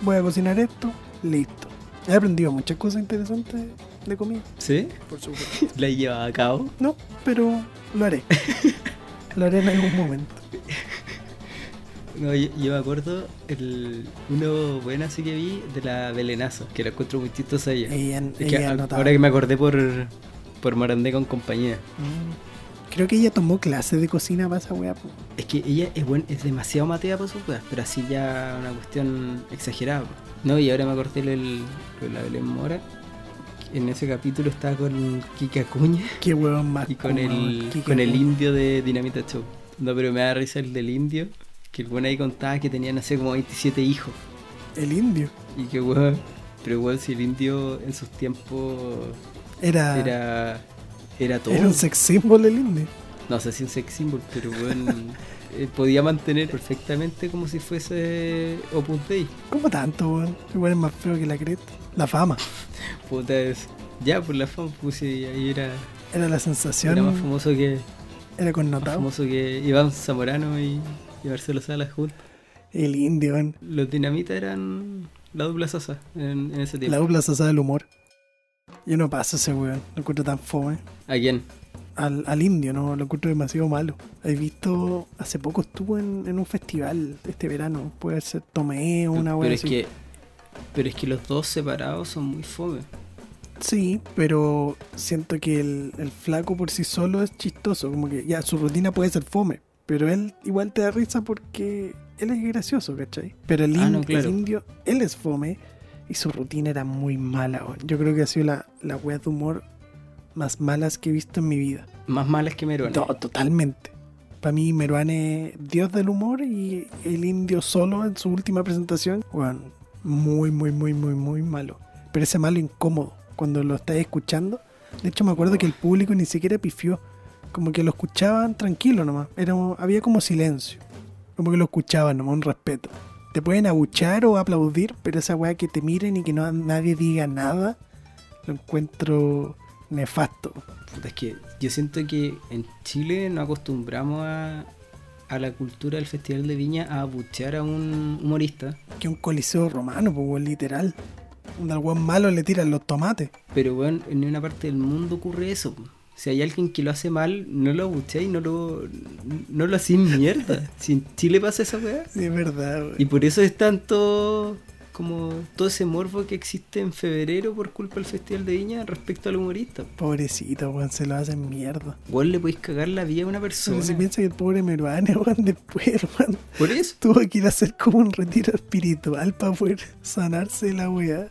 Speaker 2: Voy a cocinar esto. Listo. He aprendido muchas cosas interesantes de comida,
Speaker 1: ¿Sí?
Speaker 2: por supuesto.
Speaker 1: La lleva a cabo.
Speaker 2: No, pero lo haré. lo haré en algún momento.
Speaker 1: No, yo, yo me acuerdo el, uno bueno así que vi de la Belenazo, que la encuentro muy chistosa ella.
Speaker 2: Ella-
Speaker 1: Es que
Speaker 2: ella
Speaker 1: a-
Speaker 2: notaba.
Speaker 1: ahora que me acordé por, por Morandé con compañía.
Speaker 2: Mm. Creo que ella tomó clases de cocina para esa weá. pues. po.
Speaker 1: Es que ella es buen, es demasiado matea para sus weas, pero así ya una cuestión exagerada. po. No, y ahora me acordé lo del- lo de la Belén Mora. que En ese capítulo estaba con Kika Cuña
Speaker 2: Qué weón más.
Speaker 1: y con
Speaker 2: culo,
Speaker 1: el,
Speaker 2: qué
Speaker 1: con el
Speaker 2: weón.
Speaker 1: indio de Dinamita Show. No, pero me da risa el del indio, que el buen ahí contaba que tenía, no sé, como 27 hijos.
Speaker 2: El indio.
Speaker 1: Y que weón, pero weón, si el indio en sus tiempos
Speaker 2: Era, era,
Speaker 1: era, era todo.
Speaker 2: Ah. un sex symbol el indio.
Speaker 1: No sé si un sex symbol, pero weón, eh, podía mantener perfectamente como si fuese Opus Dei.
Speaker 2: ¿Cómo tanto, weón? El weón es más feo que la creta. La fama.
Speaker 1: Puta, es- ya por la fama, puse ahí era,
Speaker 2: Era la sensación.
Speaker 1: era más famoso que
Speaker 2: Era
Speaker 1: más
Speaker 2: connotado.
Speaker 1: famoso que Iván Zamorano y, y Marcelo Salas juntos.
Speaker 2: El indio, weón.
Speaker 1: Los dinamitas eran la dupla sosa en, en ese
Speaker 2: La
Speaker 1: tiempo.
Speaker 2: dupla sasa del humor. Yo no paso ese weón. Lo encuentro tan fome.
Speaker 1: ¿A quién?
Speaker 2: Al, al indio, no, lo encuentro demasiado malo. He visto, hace poco estuvo en, en un festival este verano. Puede ser Tomé o una
Speaker 1: pero
Speaker 2: weá
Speaker 1: es
Speaker 2: así.
Speaker 1: que pero es que los dos separados son muy fome.
Speaker 2: Sí, pero siento que el, el flaco por sí solo es chistoso. Como que ya su rutina puede ser fome, pero él igual te da risa porque él es gracioso, ¿cachai? Pero el,
Speaker 1: Ah,
Speaker 2: in-
Speaker 1: no,
Speaker 2: el
Speaker 1: claro.
Speaker 2: indio, él es fome y su rutina era muy mala. weón. Yo creo que ha sido la, la wea de humor más malas que he visto en mi vida.
Speaker 1: Más malas que Meruane.
Speaker 2: To- totalmente. Para mí, Meruane, dios del humor y el indio solo en su última presentación, weón, muy, muy, muy, muy, muy malo. Pero ese malo incómodo cuando lo estáis escuchando. De hecho, me acuerdo que el público ni siquiera pifió. Como que lo escuchaban tranquilo nomás. Era, había como silencio. Como que lo escuchaban nomás, un respeto. Te pueden abuchar o aplaudir, pero esa weá que te miren y que no, nadie diga nada, lo encuentro nefasto.
Speaker 1: Puta, es que yo siento que en Chile no acostumbramos a, a la cultura del Festival de Viña a abuchear a un humorista.
Speaker 2: que un coliseo romano, pues, weón, literal. Un weón malo le tiran los tomates.
Speaker 1: Pero bueno, en ninguna parte del mundo ocurre eso. po. Si hay alguien que lo hace mal, no lo abuchéis, no lo, no lo hacéis mierda. Si en Chile pasa esa weá.
Speaker 2: Sí, es verdad, weón.
Speaker 1: Y por eso es tanto como todo ese morbo que existe en febrero por culpa del Festival de Viña respecto al humorista.
Speaker 2: Pobrecito, weón, se lo hacen mierda.
Speaker 1: Vos le podéis cagar la vida a una persona.
Speaker 2: Pero si piensa que el pobre Meruane, weón, después, weón,
Speaker 1: Por eso.
Speaker 2: tuvo que ir a hacer como un retiro espiritual para poder sanarse de la weá.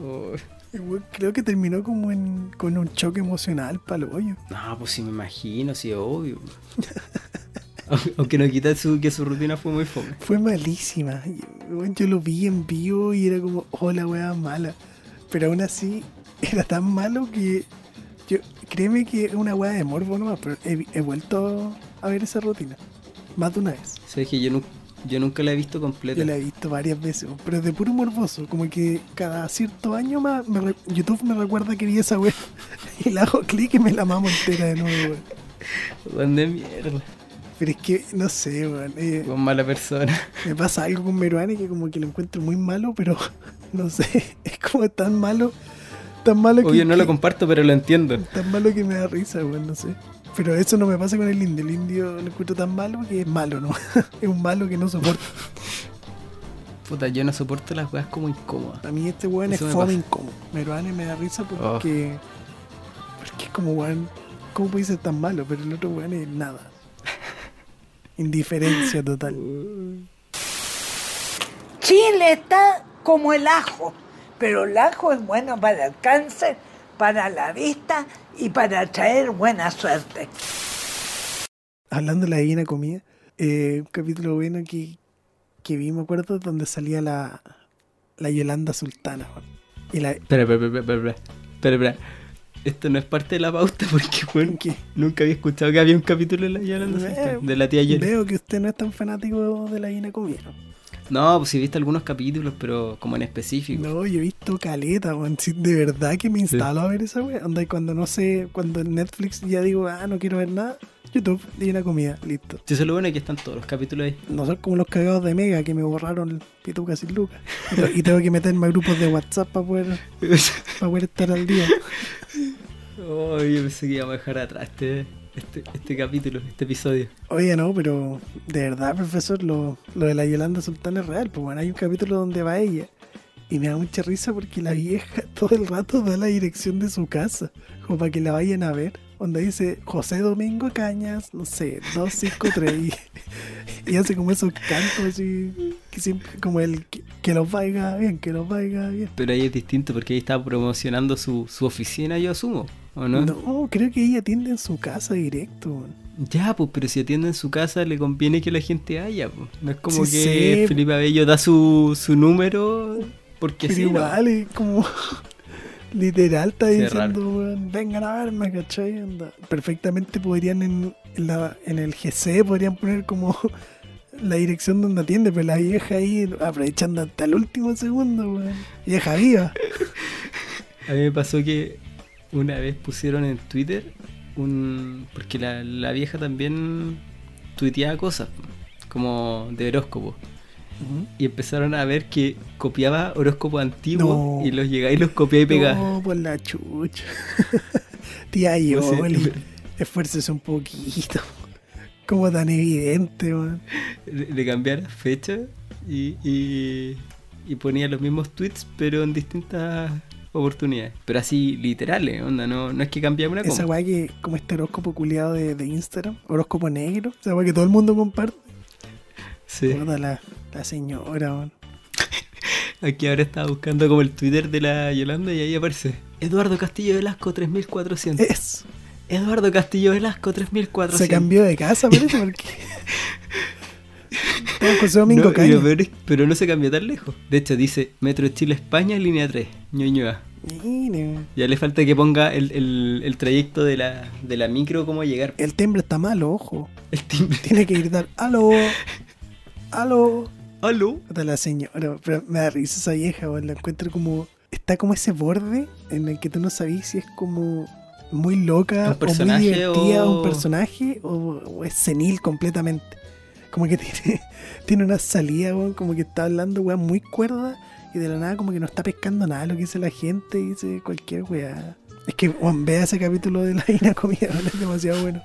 Speaker 1: Oh.
Speaker 2: Y, weón, creo que terminó como en, con un choque emocional para el hoyo.
Speaker 1: No, pues sí me imagino, sí, obvio. Aunque- Aunque no quita su, que su rutina fue muy fome.
Speaker 2: Fue malísima. Y, weón, yo lo vi en vivo y era como, oh, la weá mala. Pero aún así, era tan malo que. Yo, créeme que es una weá de morbo nomás, pero he, vi- he vuelto a ver esa rutina. Más de una vez.
Speaker 1: Sabes que yo, nu- yo nunca la he visto completa.
Speaker 2: Yo la he visto varias veces, weón, pero de puro morboso. Como que cada cierto año más me re- YouTube me recuerda que vi esa weá. Y la hago clic y me la mamo entera de nuevo, weón.
Speaker 1: Weón de mierda.
Speaker 2: Pero es que, no sé, weón. eh,
Speaker 1: Con mala persona.
Speaker 2: Me pasa algo con Meruane que como que lo encuentro muy malo, pero no sé, es como tan malo, tan malo que,
Speaker 1: Obvio no lo
Speaker 2: que-
Speaker 1: comparto, pero lo entiendo.
Speaker 2: tan malo que me da risa, weón, no sé. Pero eso no me pasa con el indio, el indio lo encuentro tan malo que es malo, ¿no? es un malo que no soporta.
Speaker 1: Puta, yo no soporto las weas como incómodas.
Speaker 2: Para mí este weón es
Speaker 1: Eso me
Speaker 2: fome
Speaker 1: pasa.
Speaker 2: incómodo. Meruane me da risa porque,
Speaker 1: Oh.
Speaker 2: porque es como weón, ¿cómo puede ser tan malo? Pero el otro weón es nada. Indiferencia total.
Speaker 8: Chile está como el ajo, pero el ajo es bueno para el cáncer, para la vista y para traer buena suerte.
Speaker 2: Hablando de la divina comida, eh, un capítulo bueno que, que vi, me acuerdo, donde salía la, la Yolanda Sultana. weón. Y la,
Speaker 1: Espera, espera, espera, espera, espera. Espera, espera. Esto no es parte de la pauta porque, weón,
Speaker 2: ¿Qué?
Speaker 1: nunca había escuchado que había un capítulo de la Yolanda Sultana, de la tía Yoli.
Speaker 2: Veo que usted no es tan fanático de la divina comida. ¿no?
Speaker 1: No, pues si viste algunos capítulos, pero como en específico.
Speaker 2: No, yo he visto caleta, weón. Sí, De verdad que me instalo a ver esa wea. Onda, y cuando no sé, cuando en Netflix ya digo, ah, no quiero ver nada, YouTube, y una comida, listo.
Speaker 1: Si se lo bueno es que están todos los capítulos ahí.
Speaker 2: No son como los cagados de Mega que me borraron el pituca sin lucas. Y te- Y tengo que meterme a grupos de WhatsApp para poder, para poder estar al día.
Speaker 1: Oh, yo pensé que íbamos a dejar atrás este, este, este capítulo, este episodio.
Speaker 2: Oye, no, pero de verdad, profesor, lo, lo de la Yolanda Sultana es real. Pues bueno, hay un capítulo donde va ella. Y me da mucha risa porque la vieja todo el rato da la dirección de su casa, como para que la vayan a ver. Donde dice José Domingo Cañas, no sé, 253. Y, y hace como esos cantos así, que siempre, como el que, que los vaya bien, que los vaya bien.
Speaker 1: Pero ahí es distinto porque ahí estaba promocionando su, su oficina, yo asumo, ¿o no?
Speaker 2: No, creo que ella atiende en su casa directo. weón.
Speaker 1: Ya, pues, pero si atiende en su casa le conviene que la gente haya, pues. No es como
Speaker 2: Sí,
Speaker 1: que
Speaker 2: sí.
Speaker 1: Felipe Abello da su, su número porque
Speaker 2: Pero
Speaker 1: sí. ¿no?
Speaker 2: igual, es como. Literal, está
Speaker 1: Sí, es
Speaker 2: diciendo, weón, vengan a verme, ¿cachai? Onda. Perfectamente podrían en, en la- en el GC, podrían poner como la dirección donde atiende, pero la vieja ahí aprovechando hasta el último segundo, weón. Vieja viva.
Speaker 1: A mí me pasó que una vez pusieron en Twitter un. Porque la, la vieja también tuiteaba cosas, como de horóscopo. Y empezaron a ver que copiaba horóscopos antiguos
Speaker 2: No.
Speaker 1: y los llegaba y los copiaba y pegaba.
Speaker 2: No, por Oh, pues la chucha. Tía
Speaker 1: No sé,
Speaker 2: Yoli,
Speaker 1: pero-
Speaker 2: esfuércese un poquito. Como tan evidente, weón.
Speaker 1: Le le cambiaba la fecha y, y, y ponía los mismos tweets, pero en distintas oportunidades. Pero así literales, onda, no, no es que cambiaba una
Speaker 2: Esa
Speaker 1: coma.
Speaker 2: weá que, como este horóscopo culiado de, de Instagram, horóscopo negro, esa weá que todo el mundo comparte.
Speaker 1: Sí.
Speaker 2: Puta, la, la señora, weón.
Speaker 1: Aquí ahora estaba buscando como el Twitter de la Yolanda y ahí aparece. Eduardo Castillo Velasco 3400.
Speaker 2: Es.
Speaker 1: Eduardo Castillo Velasco
Speaker 2: Eh, Se
Speaker 1: 3400.
Speaker 2: cambió de casa, parece, porque. Estaba José Domingo
Speaker 1: No, y
Speaker 2: Caña.
Speaker 1: lo peor es- pero no se cambió tan lejos. De hecho, dice Metro Chile España, línea 3, Ñuñoa.
Speaker 2: Mire, weón.
Speaker 1: Ya le falta que ponga el, el- el trayecto de la, de la micro, cómo llegar.
Speaker 2: El timbre está malo, ojo.
Speaker 1: El timbre.
Speaker 2: Tiene que gritar, aló, aló.
Speaker 1: ¿Aló?
Speaker 2: Puta, la señora, pero me da risa esa vieja, weón. La encuentro como. Está como ese borde en el que tú no sabís si es como muy
Speaker 1: Un
Speaker 2: loca o muy
Speaker 1: personaje
Speaker 2: divertida
Speaker 1: o-
Speaker 2: un personaje o, o es senil completamente. Como que tiene, tiene una salida, weón, como que está hablando, weón, muy cuerda y de la nada como que no está pescando nada lo que dice la gente y dice cualquier weá. Es que, weón, vea ese capítulo de la Ina Comida, weón, es demasiado bueno.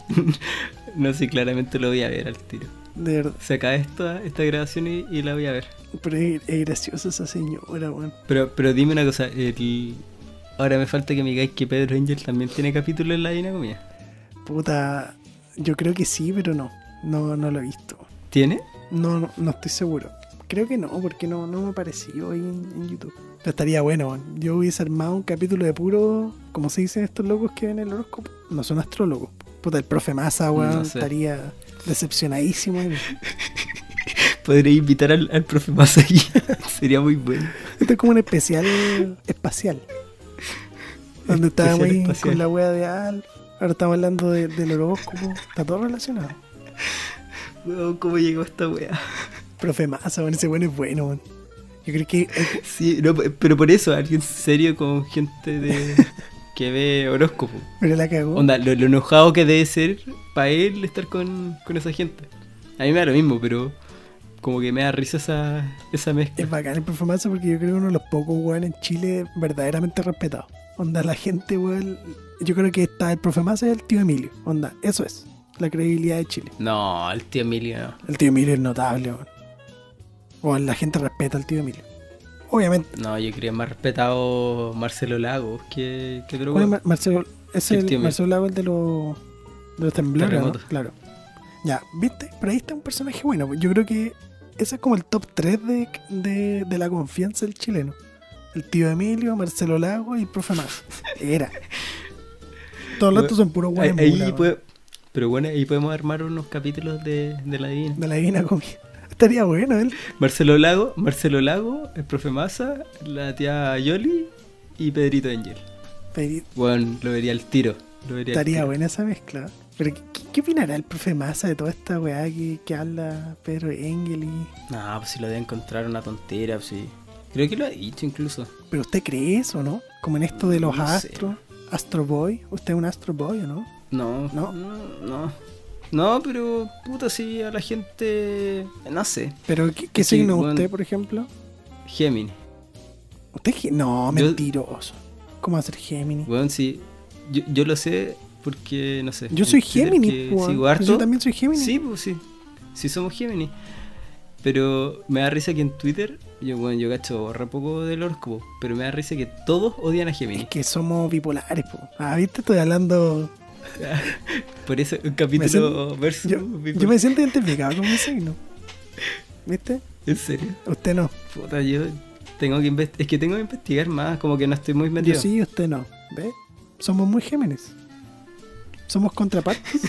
Speaker 1: No sé, claramente lo voy a ver al tiro.
Speaker 2: De verdad.
Speaker 1: Se acaba esta, esta grabación y, y la voy a ver.
Speaker 2: Pero es, es graciosa esa señora, weón.
Speaker 1: Pero, pero dime una cosa, el- ahora me falta que me digáis que Pedro Angel también tiene capítulo en la Divina Comida.
Speaker 2: Puta, yo creo que sí, pero no. No, no lo he visto.
Speaker 1: ¿Tiene?
Speaker 2: No, no, no estoy seguro. Creo que no, porque no, no me apareció ahí en, en YouTube. Pero estaría bueno, man. yo hubiese armado un capítulo de puro, como se dicen estos locos que ven el horóscopo. No son astrólogos. Puta, el profe Massa, weón,
Speaker 1: No sé.
Speaker 2: estaría decepcionadísimo. de mí.
Speaker 1: Podría invitar al, al profe más ahí. Sería muy bueno.
Speaker 2: Esto es como un especial espacial. Donde estábamos
Speaker 1: Especial
Speaker 2: ahí
Speaker 1: espacial.
Speaker 2: con la wea de Al. Ahora estamos hablando de- del horóscopo. Está todo relacionado.
Speaker 1: Weón, ¿Cómo llegó esta wea?
Speaker 2: Profe Massa, weón, ese weón es bueno, weón. Yo creo que eh,
Speaker 1: Sí, no, pero por eso, alguien serio con gente de que ve horóscopo.
Speaker 2: pero la cagó.
Speaker 1: Onda, lo, lo enojado que debe ser para él estar con, con esa gente. A mí me da lo mismo, pero como que me da risa esa, esa mezcla.
Speaker 2: Es bacán el profe Massa porque yo creo que uno de los pocos weón en Chile verdaderamente respetado. Onda, la gente, weón. Yo creo que está el profe Massa y el tío Emilio. Onda, eso es. La credibilidad de Chile.
Speaker 1: No, el tío Emilio no.
Speaker 2: El tío Emilio es notable, weón. Weón, la gente respeta al tío Emilio. Obviamente.
Speaker 1: No, yo creo más respetado Marcelo Lagos que, que otro
Speaker 2: Bueno,
Speaker 1: weón.
Speaker 2: Mar- Marcelo, es
Speaker 1: El
Speaker 2: el,
Speaker 1: tío Emilio.
Speaker 2: Marcelo Lago, el de los, de los temblores, ¿no?
Speaker 1: Terremotos.
Speaker 2: Claro. Ya, ¿viste? Pero ahí está un personaje bueno. Yo creo que ese es como el top 3 de, de, de la confianza del chileno. el tío Emilio, Marcelo Lago y el profe Max. Era. Todos los otros son puros
Speaker 1: Ahí-
Speaker 2: buenos.
Speaker 1: ahí
Speaker 2: mula, weón.
Speaker 1: puede- Pero bueno, ahí podemos armar unos capítulos de, de la divina.
Speaker 2: De la divina comida. Estaría bueno él.
Speaker 1: Marcelo Lago, Marcelo Lago, el profe Massa, la tía Yoli y Pedrito Angel.
Speaker 2: Pero
Speaker 1: Bueno, lo vería al tiro. Lo vería al
Speaker 2: estaría
Speaker 1: tiro.
Speaker 2: buena esa mezcla. Pero ¿qué, qué opinará el profe Massa de toda esta weá que, que habla Pedro Engel y...
Speaker 1: No, pues si lo debe encontrar una tontera, pues sí. Creo que lo ha dicho incluso.
Speaker 2: ¿Pero usted cree eso, no? Como en esto de los
Speaker 1: No sé.
Speaker 2: astros. Astro Boy. ¿Usted es un Astro Boy o no?
Speaker 1: No,
Speaker 2: ¿No?
Speaker 1: no, no. No, pero puta, si a la gente. No sé,
Speaker 2: ¿Pero qué, qué
Speaker 1: Sí,
Speaker 2: signo es
Speaker 1: bueno.
Speaker 2: usted, por ejemplo?
Speaker 1: Géminis.
Speaker 2: ¿Usted es Gé- No,
Speaker 1: Yo-
Speaker 2: mentiroso. ¿Cómo va a ser Géminis?
Speaker 1: Bueno, sí. Yo, yo lo sé porque, no sé.
Speaker 2: Yo soy
Speaker 1: en Twitter
Speaker 2: Géminis,
Speaker 1: que
Speaker 2: weón.
Speaker 1: sigo
Speaker 2: Pero
Speaker 1: harto.
Speaker 2: Yo también soy Géminis.
Speaker 1: Sí, pues sí. Sí somos Géminis. Pero me da risa que en Twitter, yo bueno, yo cacho re poco del horóscopo, pero me da risa que todos odian a
Speaker 2: Es
Speaker 1: Géminis.
Speaker 2: que somos bipolares, po. Ah, viste, estoy hablando.
Speaker 1: Por eso un
Speaker 2: Me
Speaker 1: capítulo
Speaker 2: siento-
Speaker 1: versus
Speaker 2: Yo,
Speaker 1: bipolar.
Speaker 2: yo me siento identificado con mi signo. ¿Viste?
Speaker 1: En serio.
Speaker 2: Usted no.
Speaker 1: Puta, yo tengo que invest- es que tengo que investigar más, como que no estoy muy
Speaker 2: Yo
Speaker 1: metido.
Speaker 2: sí, usted no. ¿Ve? Somos muy Géminis. Somos contrapartes.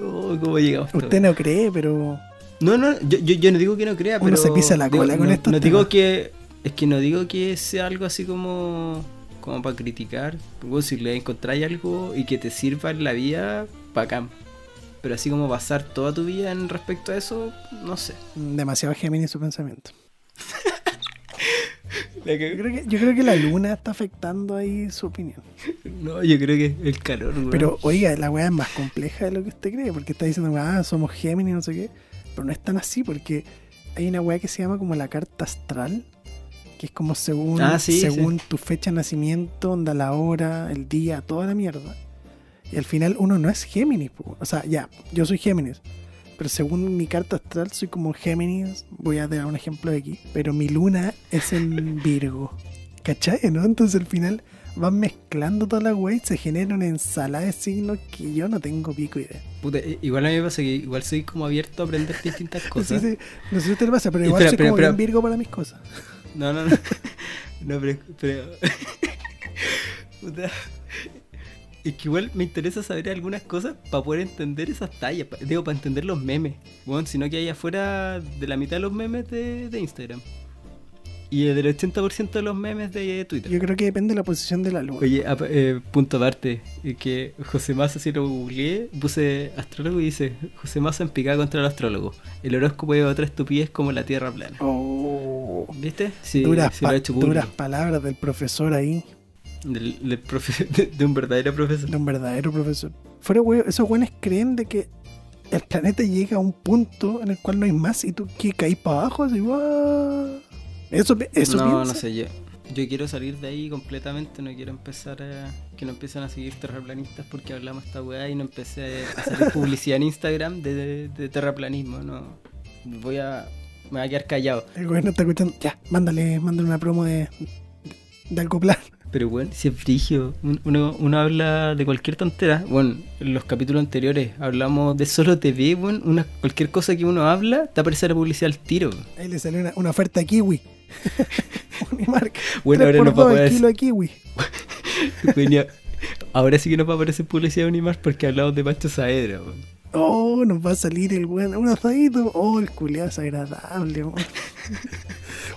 Speaker 1: Oh, ¿Cómo llegamos? hasta
Speaker 2: usted no cree, pero.
Speaker 1: No, no, yo, yo, yo no digo que no crea,
Speaker 2: Uno
Speaker 1: pero.
Speaker 2: se pisa la
Speaker 1: digo-
Speaker 2: cola con
Speaker 1: no,
Speaker 2: estos
Speaker 1: No
Speaker 2: temas.
Speaker 1: digo que. Es que no digo que sea algo así como. Como para criticar. Bueno, si le encontráis algo y que te sirva en la vida, bacán. Pero así como basar toda tu vida en respecto a eso, no sé.
Speaker 2: mm, Demasiado Géminis su pensamiento.
Speaker 1: La
Speaker 2: Yo
Speaker 1: que-
Speaker 2: creo, que, yo creo que la luna está afectando ahí su opinión.
Speaker 1: No, yo creo que el calor, weón.
Speaker 2: Pero oiga, la weá es más compleja de lo que usted cree, porque está diciendo, ah, somos Géminis, no sé qué. Pero no es tan así, porque hay una weá que se llama como la carta astral, que es como según,
Speaker 1: Ah, sí,
Speaker 2: según tu fecha de nacimiento, onda la hora, el día, toda la mierda. Y al final uno no es Géminis, po. o sea, ya, yo soy Géminis. Pero según mi carta astral soy como Géminis, voy a dar un ejemplo de aquí, pero mi luna es en Virgo. ¿Cachai? ¿No? Entonces al final van mezclando todas las weas y se genera una ensalada de signos que yo no tengo pico idea.
Speaker 1: Puta, i- igual a mí me pasa que igual soy como abierto a aprender distintas cosas.
Speaker 2: Sí, sí. No sé si te pasa, pero
Speaker 1: Y
Speaker 2: igual
Speaker 1: espera,
Speaker 2: soy
Speaker 1: espera,
Speaker 2: como
Speaker 1: espera.
Speaker 2: bien Virgo para mis cosas.
Speaker 1: No, no, no. No, pero. pero- Puta. Es que igual me interesa saber algunas cosas para poder entender esas tallas. pa- digo, para entender los memes. Bueno, si no que hay afuera de la mitad de los memes de, de Instagram. Y del 80% de los memes de Twitter.
Speaker 2: Yo creo que depende de la posición de la luna.
Speaker 1: Oye, ap- eh, punto aparte, eh, que José Massa, si lo googleé, puse astrólogo y dice, José Massa en picada contra el astrólogo. El horóscopo es otra estupidez como la Tierra plana.
Speaker 2: Oh,
Speaker 1: ¿Viste? Sí,
Speaker 2: duras,
Speaker 1: sí lo ha
Speaker 2: pa-
Speaker 1: hecho público.
Speaker 2: duras palabras del profesor ahí,
Speaker 1: Del, del profe- de, de un verdadero profesor.
Speaker 2: de un verdadero profesor. Fuera huevo, esos buenos creen de que el planeta llega a un punto en el cual no hay más y tú que caís para abajo, así, ¡guau! Eso, pi- eso
Speaker 1: no,
Speaker 2: piensa.
Speaker 1: no sé yo. Yo quiero salir de ahí completamente, no quiero empezar a... Que no empiecen a seguir terraplanistas porque hablamos esta weá y no empecé a hacer publicidad en Instagram de, de- de terraplanismo, no. Voy a... Me voy a quedar callado.
Speaker 2: El gobierno está escuchando, ya, mándale, mándale una promo de, de algo plan.
Speaker 1: Pero bueno, si es frigio, Un- uno, uno habla de cualquier tontera. Bueno, en los capítulos anteriores hablamos de solo TV, bueno, una, cualquier cosa que uno habla, te aparece la publicidad al tiro.
Speaker 2: Ahí le salió una, una oferta de kiwi. Unimark.
Speaker 1: Bueno, ahora nos va a
Speaker 2: 3x2 el
Speaker 1: poder-
Speaker 2: kilo de kiwi.
Speaker 1: Venía- Ahora sí que nos va a aparecer publicidad de Unimar porque hablamos de Pancho Saedra. bueno.
Speaker 2: Oh, nos va a salir el buen. Un asadito. Oh, el culiado es agradable. amor.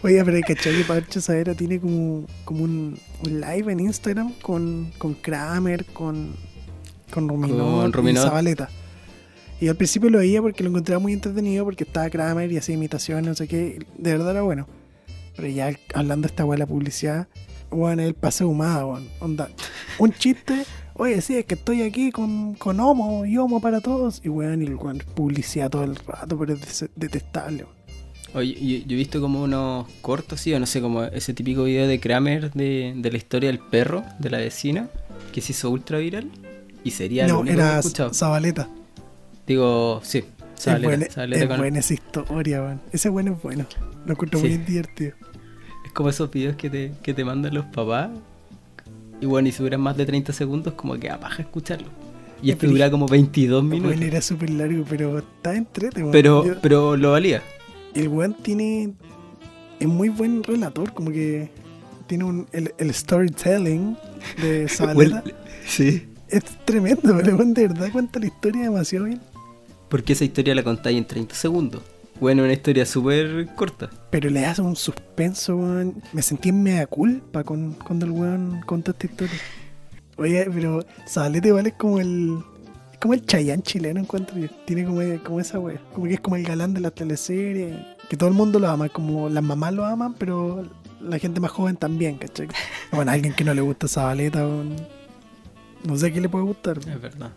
Speaker 2: Oiga, pero cachai que Parcho Savera tiene como, como un, un live en Instagram con, con Kramer, con, con Ruminó
Speaker 1: Con Ruminó.
Speaker 2: y Zabaleta. Y al principio lo veía porque lo encontraba muy entretenido porque estaba Kramer y hacía imitaciones, no sé qué. De verdad era bueno. Pero ya hablando de esta weá de la publicidad, weón, el paseo humada, weón. Onda, un chiste. Oye, sí, es que estoy aquí con, con homo y homo para todos. Y weón, y el weón, publicidad todo el rato, pero es des- detestable, weón.
Speaker 1: Oye, yo, yo he visto como unos cortos, sí, o no sé, como ese típico video de Kramer de, de la historia del perro, de la vecina, que se hizo ultra viral. Y sería lo
Speaker 2: No,
Speaker 1: único que he
Speaker 2: era
Speaker 1: escuchado.
Speaker 2: Zabaleta.
Speaker 1: Digo, sí, Zabaleta,
Speaker 2: es buena,
Speaker 1: Zabaleta
Speaker 2: es
Speaker 1: con-
Speaker 2: buena esa historia, weón. Ese weón es bueno. Lo encuentro
Speaker 1: Sí.
Speaker 2: muy divertido.
Speaker 1: Es como esos videos que te, que te mandan los papás. Y bueno, y si duran más de 30 segundos, como que apaga escucharlo. Y
Speaker 2: Es
Speaker 1: este dura como 22 minutos.
Speaker 2: Bueno, era súper largo, pero está entrete, weón.
Speaker 1: pero,
Speaker 2: Yo-
Speaker 1: pero lo valía.
Speaker 2: El weón tiene. es muy buen relator, como que tiene un, el, el storytelling de Zabaleta.
Speaker 1: Bueno, sí.
Speaker 2: es tremendo, pero bueno, de verdad cuenta la historia demasiado bien.
Speaker 1: Porque esa historia la contáis en 30 segundos. Bueno, una historia súper corta.
Speaker 2: Pero le hace un suspenso, weón. Me sentí en mea culpa con, cuando el weón contó esta historia. Oye, pero Zabaleta igual es como el. Es como el Chayán chileno, encuentro yo. Tiene como, como esa wea. Como que es como el galán de la teleserie. Que todo el mundo lo ama, como las mamás lo aman, pero la gente más joven también, ¿cachai? Bueno, a alguien que no le gusta Zabaleta, weón. No sé qué le puede gustar. weón.
Speaker 1: Es verdad.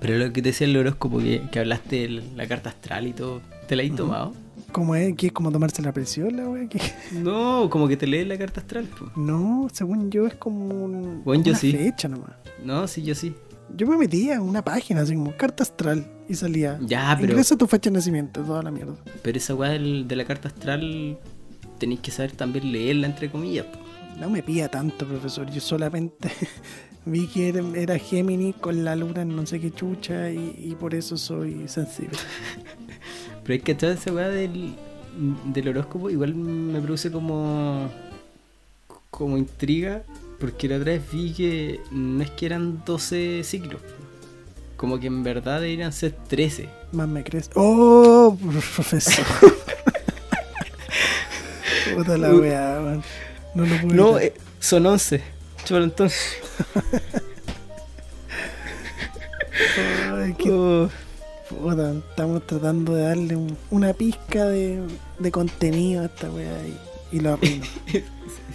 Speaker 1: Pero lo que te decía el horóscopo, que, que hablaste de la carta astral y todo, ¿te la has tomado?
Speaker 2: ¿Cómo es? ¿Qué es como tomarse la presión, la wea? ¿Qué?
Speaker 1: No, como que te lees la carta astral. po.
Speaker 2: No, según yo es como un,
Speaker 1: Bueno, yo
Speaker 2: una
Speaker 1: sí.
Speaker 2: fecha nomás.
Speaker 1: No, sí, yo sí.
Speaker 2: Yo me metía a una página así como carta astral y salía.
Speaker 1: Ya, pero-
Speaker 2: Ingresa tu fecha de nacimiento, toda la mierda.
Speaker 1: Pero esa weá del- de la carta astral tenéis que saber también leerla, entre comillas. po.
Speaker 2: No me pía tanto, profesor. Yo solamente vi que era, era Géminis con la luna en no sé qué chucha y, y por eso soy sensible.
Speaker 1: Pero es que toda esa weá del, del horóscopo igual me produce como. como intriga. Porque la otra vez vi que no es que eran 12 ciclos. Como que en verdad deberían ser 13.
Speaker 2: Más me crees. ¡Oh, profesor! Puta la weá, man. No lo pude
Speaker 1: No,
Speaker 2: evitar.
Speaker 1: eh, son 11. Chaval, entonces.
Speaker 2: Ay, qué
Speaker 1: Oh,
Speaker 2: Puta, estamos tratando de darle un- una pizca de, de contenido a esta weá y, y lo arruino.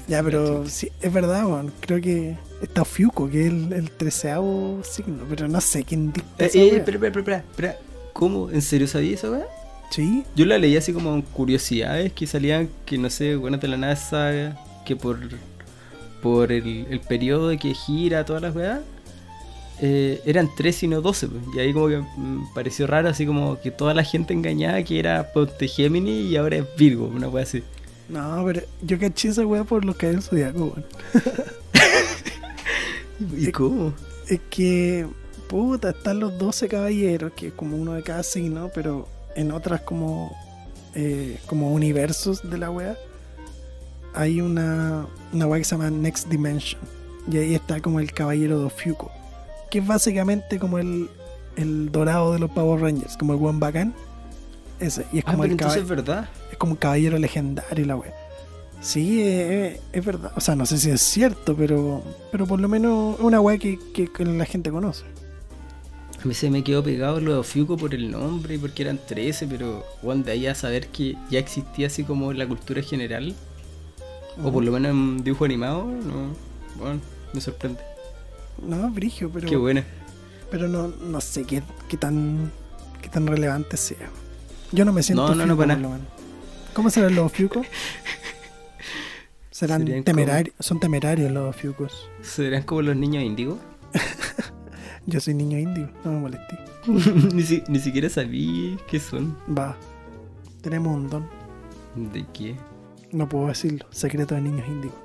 Speaker 2: ya, pero sí, es verdad, weón. Creo que está Fiuco, que es el, el treceavo signo, pero no sé quién dicta
Speaker 1: eh,
Speaker 2: esa
Speaker 1: eh,
Speaker 2: weá.
Speaker 1: espera, espera, espera, espera. ¿Cómo? ¿En serio sabía esa weá?
Speaker 2: Sí,
Speaker 1: Yo la leí así como en curiosidades que salían, que no sé, bueno, de la NASA, que por, por el, el periodo de que gira todas las weas, eh, eran 3 y no 12. pues. Y ahí como que mm, pareció raro, así como que toda la gente engañada que era Ponte Géminis y ahora es Virgo, una wea así.
Speaker 2: no, pero yo caché esa weá por los que hay en Zodiaco, weón.
Speaker 1: ¿Y cómo?
Speaker 2: Es que, puta, están los 12 caballeros, que es como uno de cada signo, pero en otras como, eh, como universos de la wea, hay una, una wea que se llama Next Dimension. Y ahí está como el caballero de Ofiuco, que es básicamente como el, el dorado de los Power Rangers, como el buen bacán. Ese, y es
Speaker 1: Ah,
Speaker 2: como,
Speaker 1: pero
Speaker 2: el
Speaker 1: entonces es
Speaker 2: caba-
Speaker 1: verdad.
Speaker 2: es como un caballero legendario la wea. Sí, eh, eh, es verdad. O sea, no sé si es cierto, pero, pero por lo menos es una wea que- que- que la gente conoce.
Speaker 1: A mí se me quedó pegado lo de Ofiuco por el nombre y porque eran 13, pero bueno, de ahí a saber que ya existía así como la cultura general, o por lo menos en dibujo animado, no, bueno, me sorprende.
Speaker 2: No, Brigio, pero,
Speaker 1: Qué buena.
Speaker 2: pero no, no sé qué, qué tan qué tan relevante sea. Yo no me siento
Speaker 1: No, no, no,
Speaker 2: Fiuco,
Speaker 1: para
Speaker 2: por
Speaker 1: nada.
Speaker 2: lo menos. ¿Cómo serán los Fiucos?
Speaker 1: Serían
Speaker 2: Serán temerarios, son temerarios los Fiucos.
Speaker 1: ¿Serán como los niños índigo?
Speaker 2: Yo soy niño indio, no me molesté.
Speaker 1: ni, si- ni siquiera sabía qué son.
Speaker 2: Va. Tenemos un don.
Speaker 1: ¿De qué?
Speaker 2: No puedo decirlo. Secreto de niños índigos.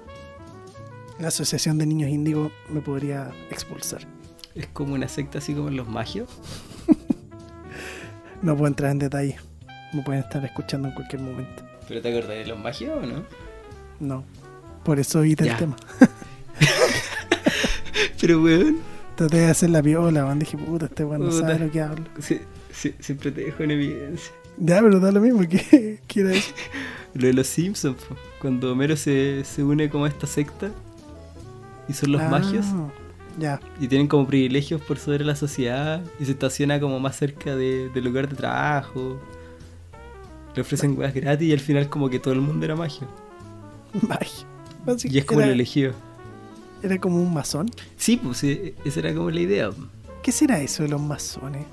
Speaker 2: La asociación de niños índigos me podría expulsar.
Speaker 1: Es como una secta así como los magios.
Speaker 2: No puedo entrar en detalle. Me pueden estar escuchando en cualquier momento.
Speaker 1: ¿Pero te acordás de los magios o no?
Speaker 2: No. Por eso evita
Speaker 1: Ya.
Speaker 2: el tema.
Speaker 1: Pero weón,
Speaker 2: Traté de hacer la piola, man. Dije, puta, este weón no
Speaker 1: Puta.
Speaker 2: sabe lo que hablo.
Speaker 1: se- se- siempre te dejo en evidencia.
Speaker 2: Ya, pero da lo mismo. ¿Qué, qué era eso?
Speaker 1: Lo de los Simpsons, po. cuando Homero se, se une como a esta secta y son los
Speaker 2: Ah,
Speaker 1: magios
Speaker 2: Ya.
Speaker 1: y tienen como privilegios por sobre la sociedad y se estaciona como más cerca de- del lugar de trabajo. Le ofrecen weas gratis y al final como que todo el mundo era magio.
Speaker 2: Magia. Así
Speaker 1: Y es como
Speaker 2: era,
Speaker 1: el elegido.
Speaker 2: era como un masón.
Speaker 1: Sí, pues e- esa era como la idea. po.
Speaker 2: ¿Qué será eso de los masones?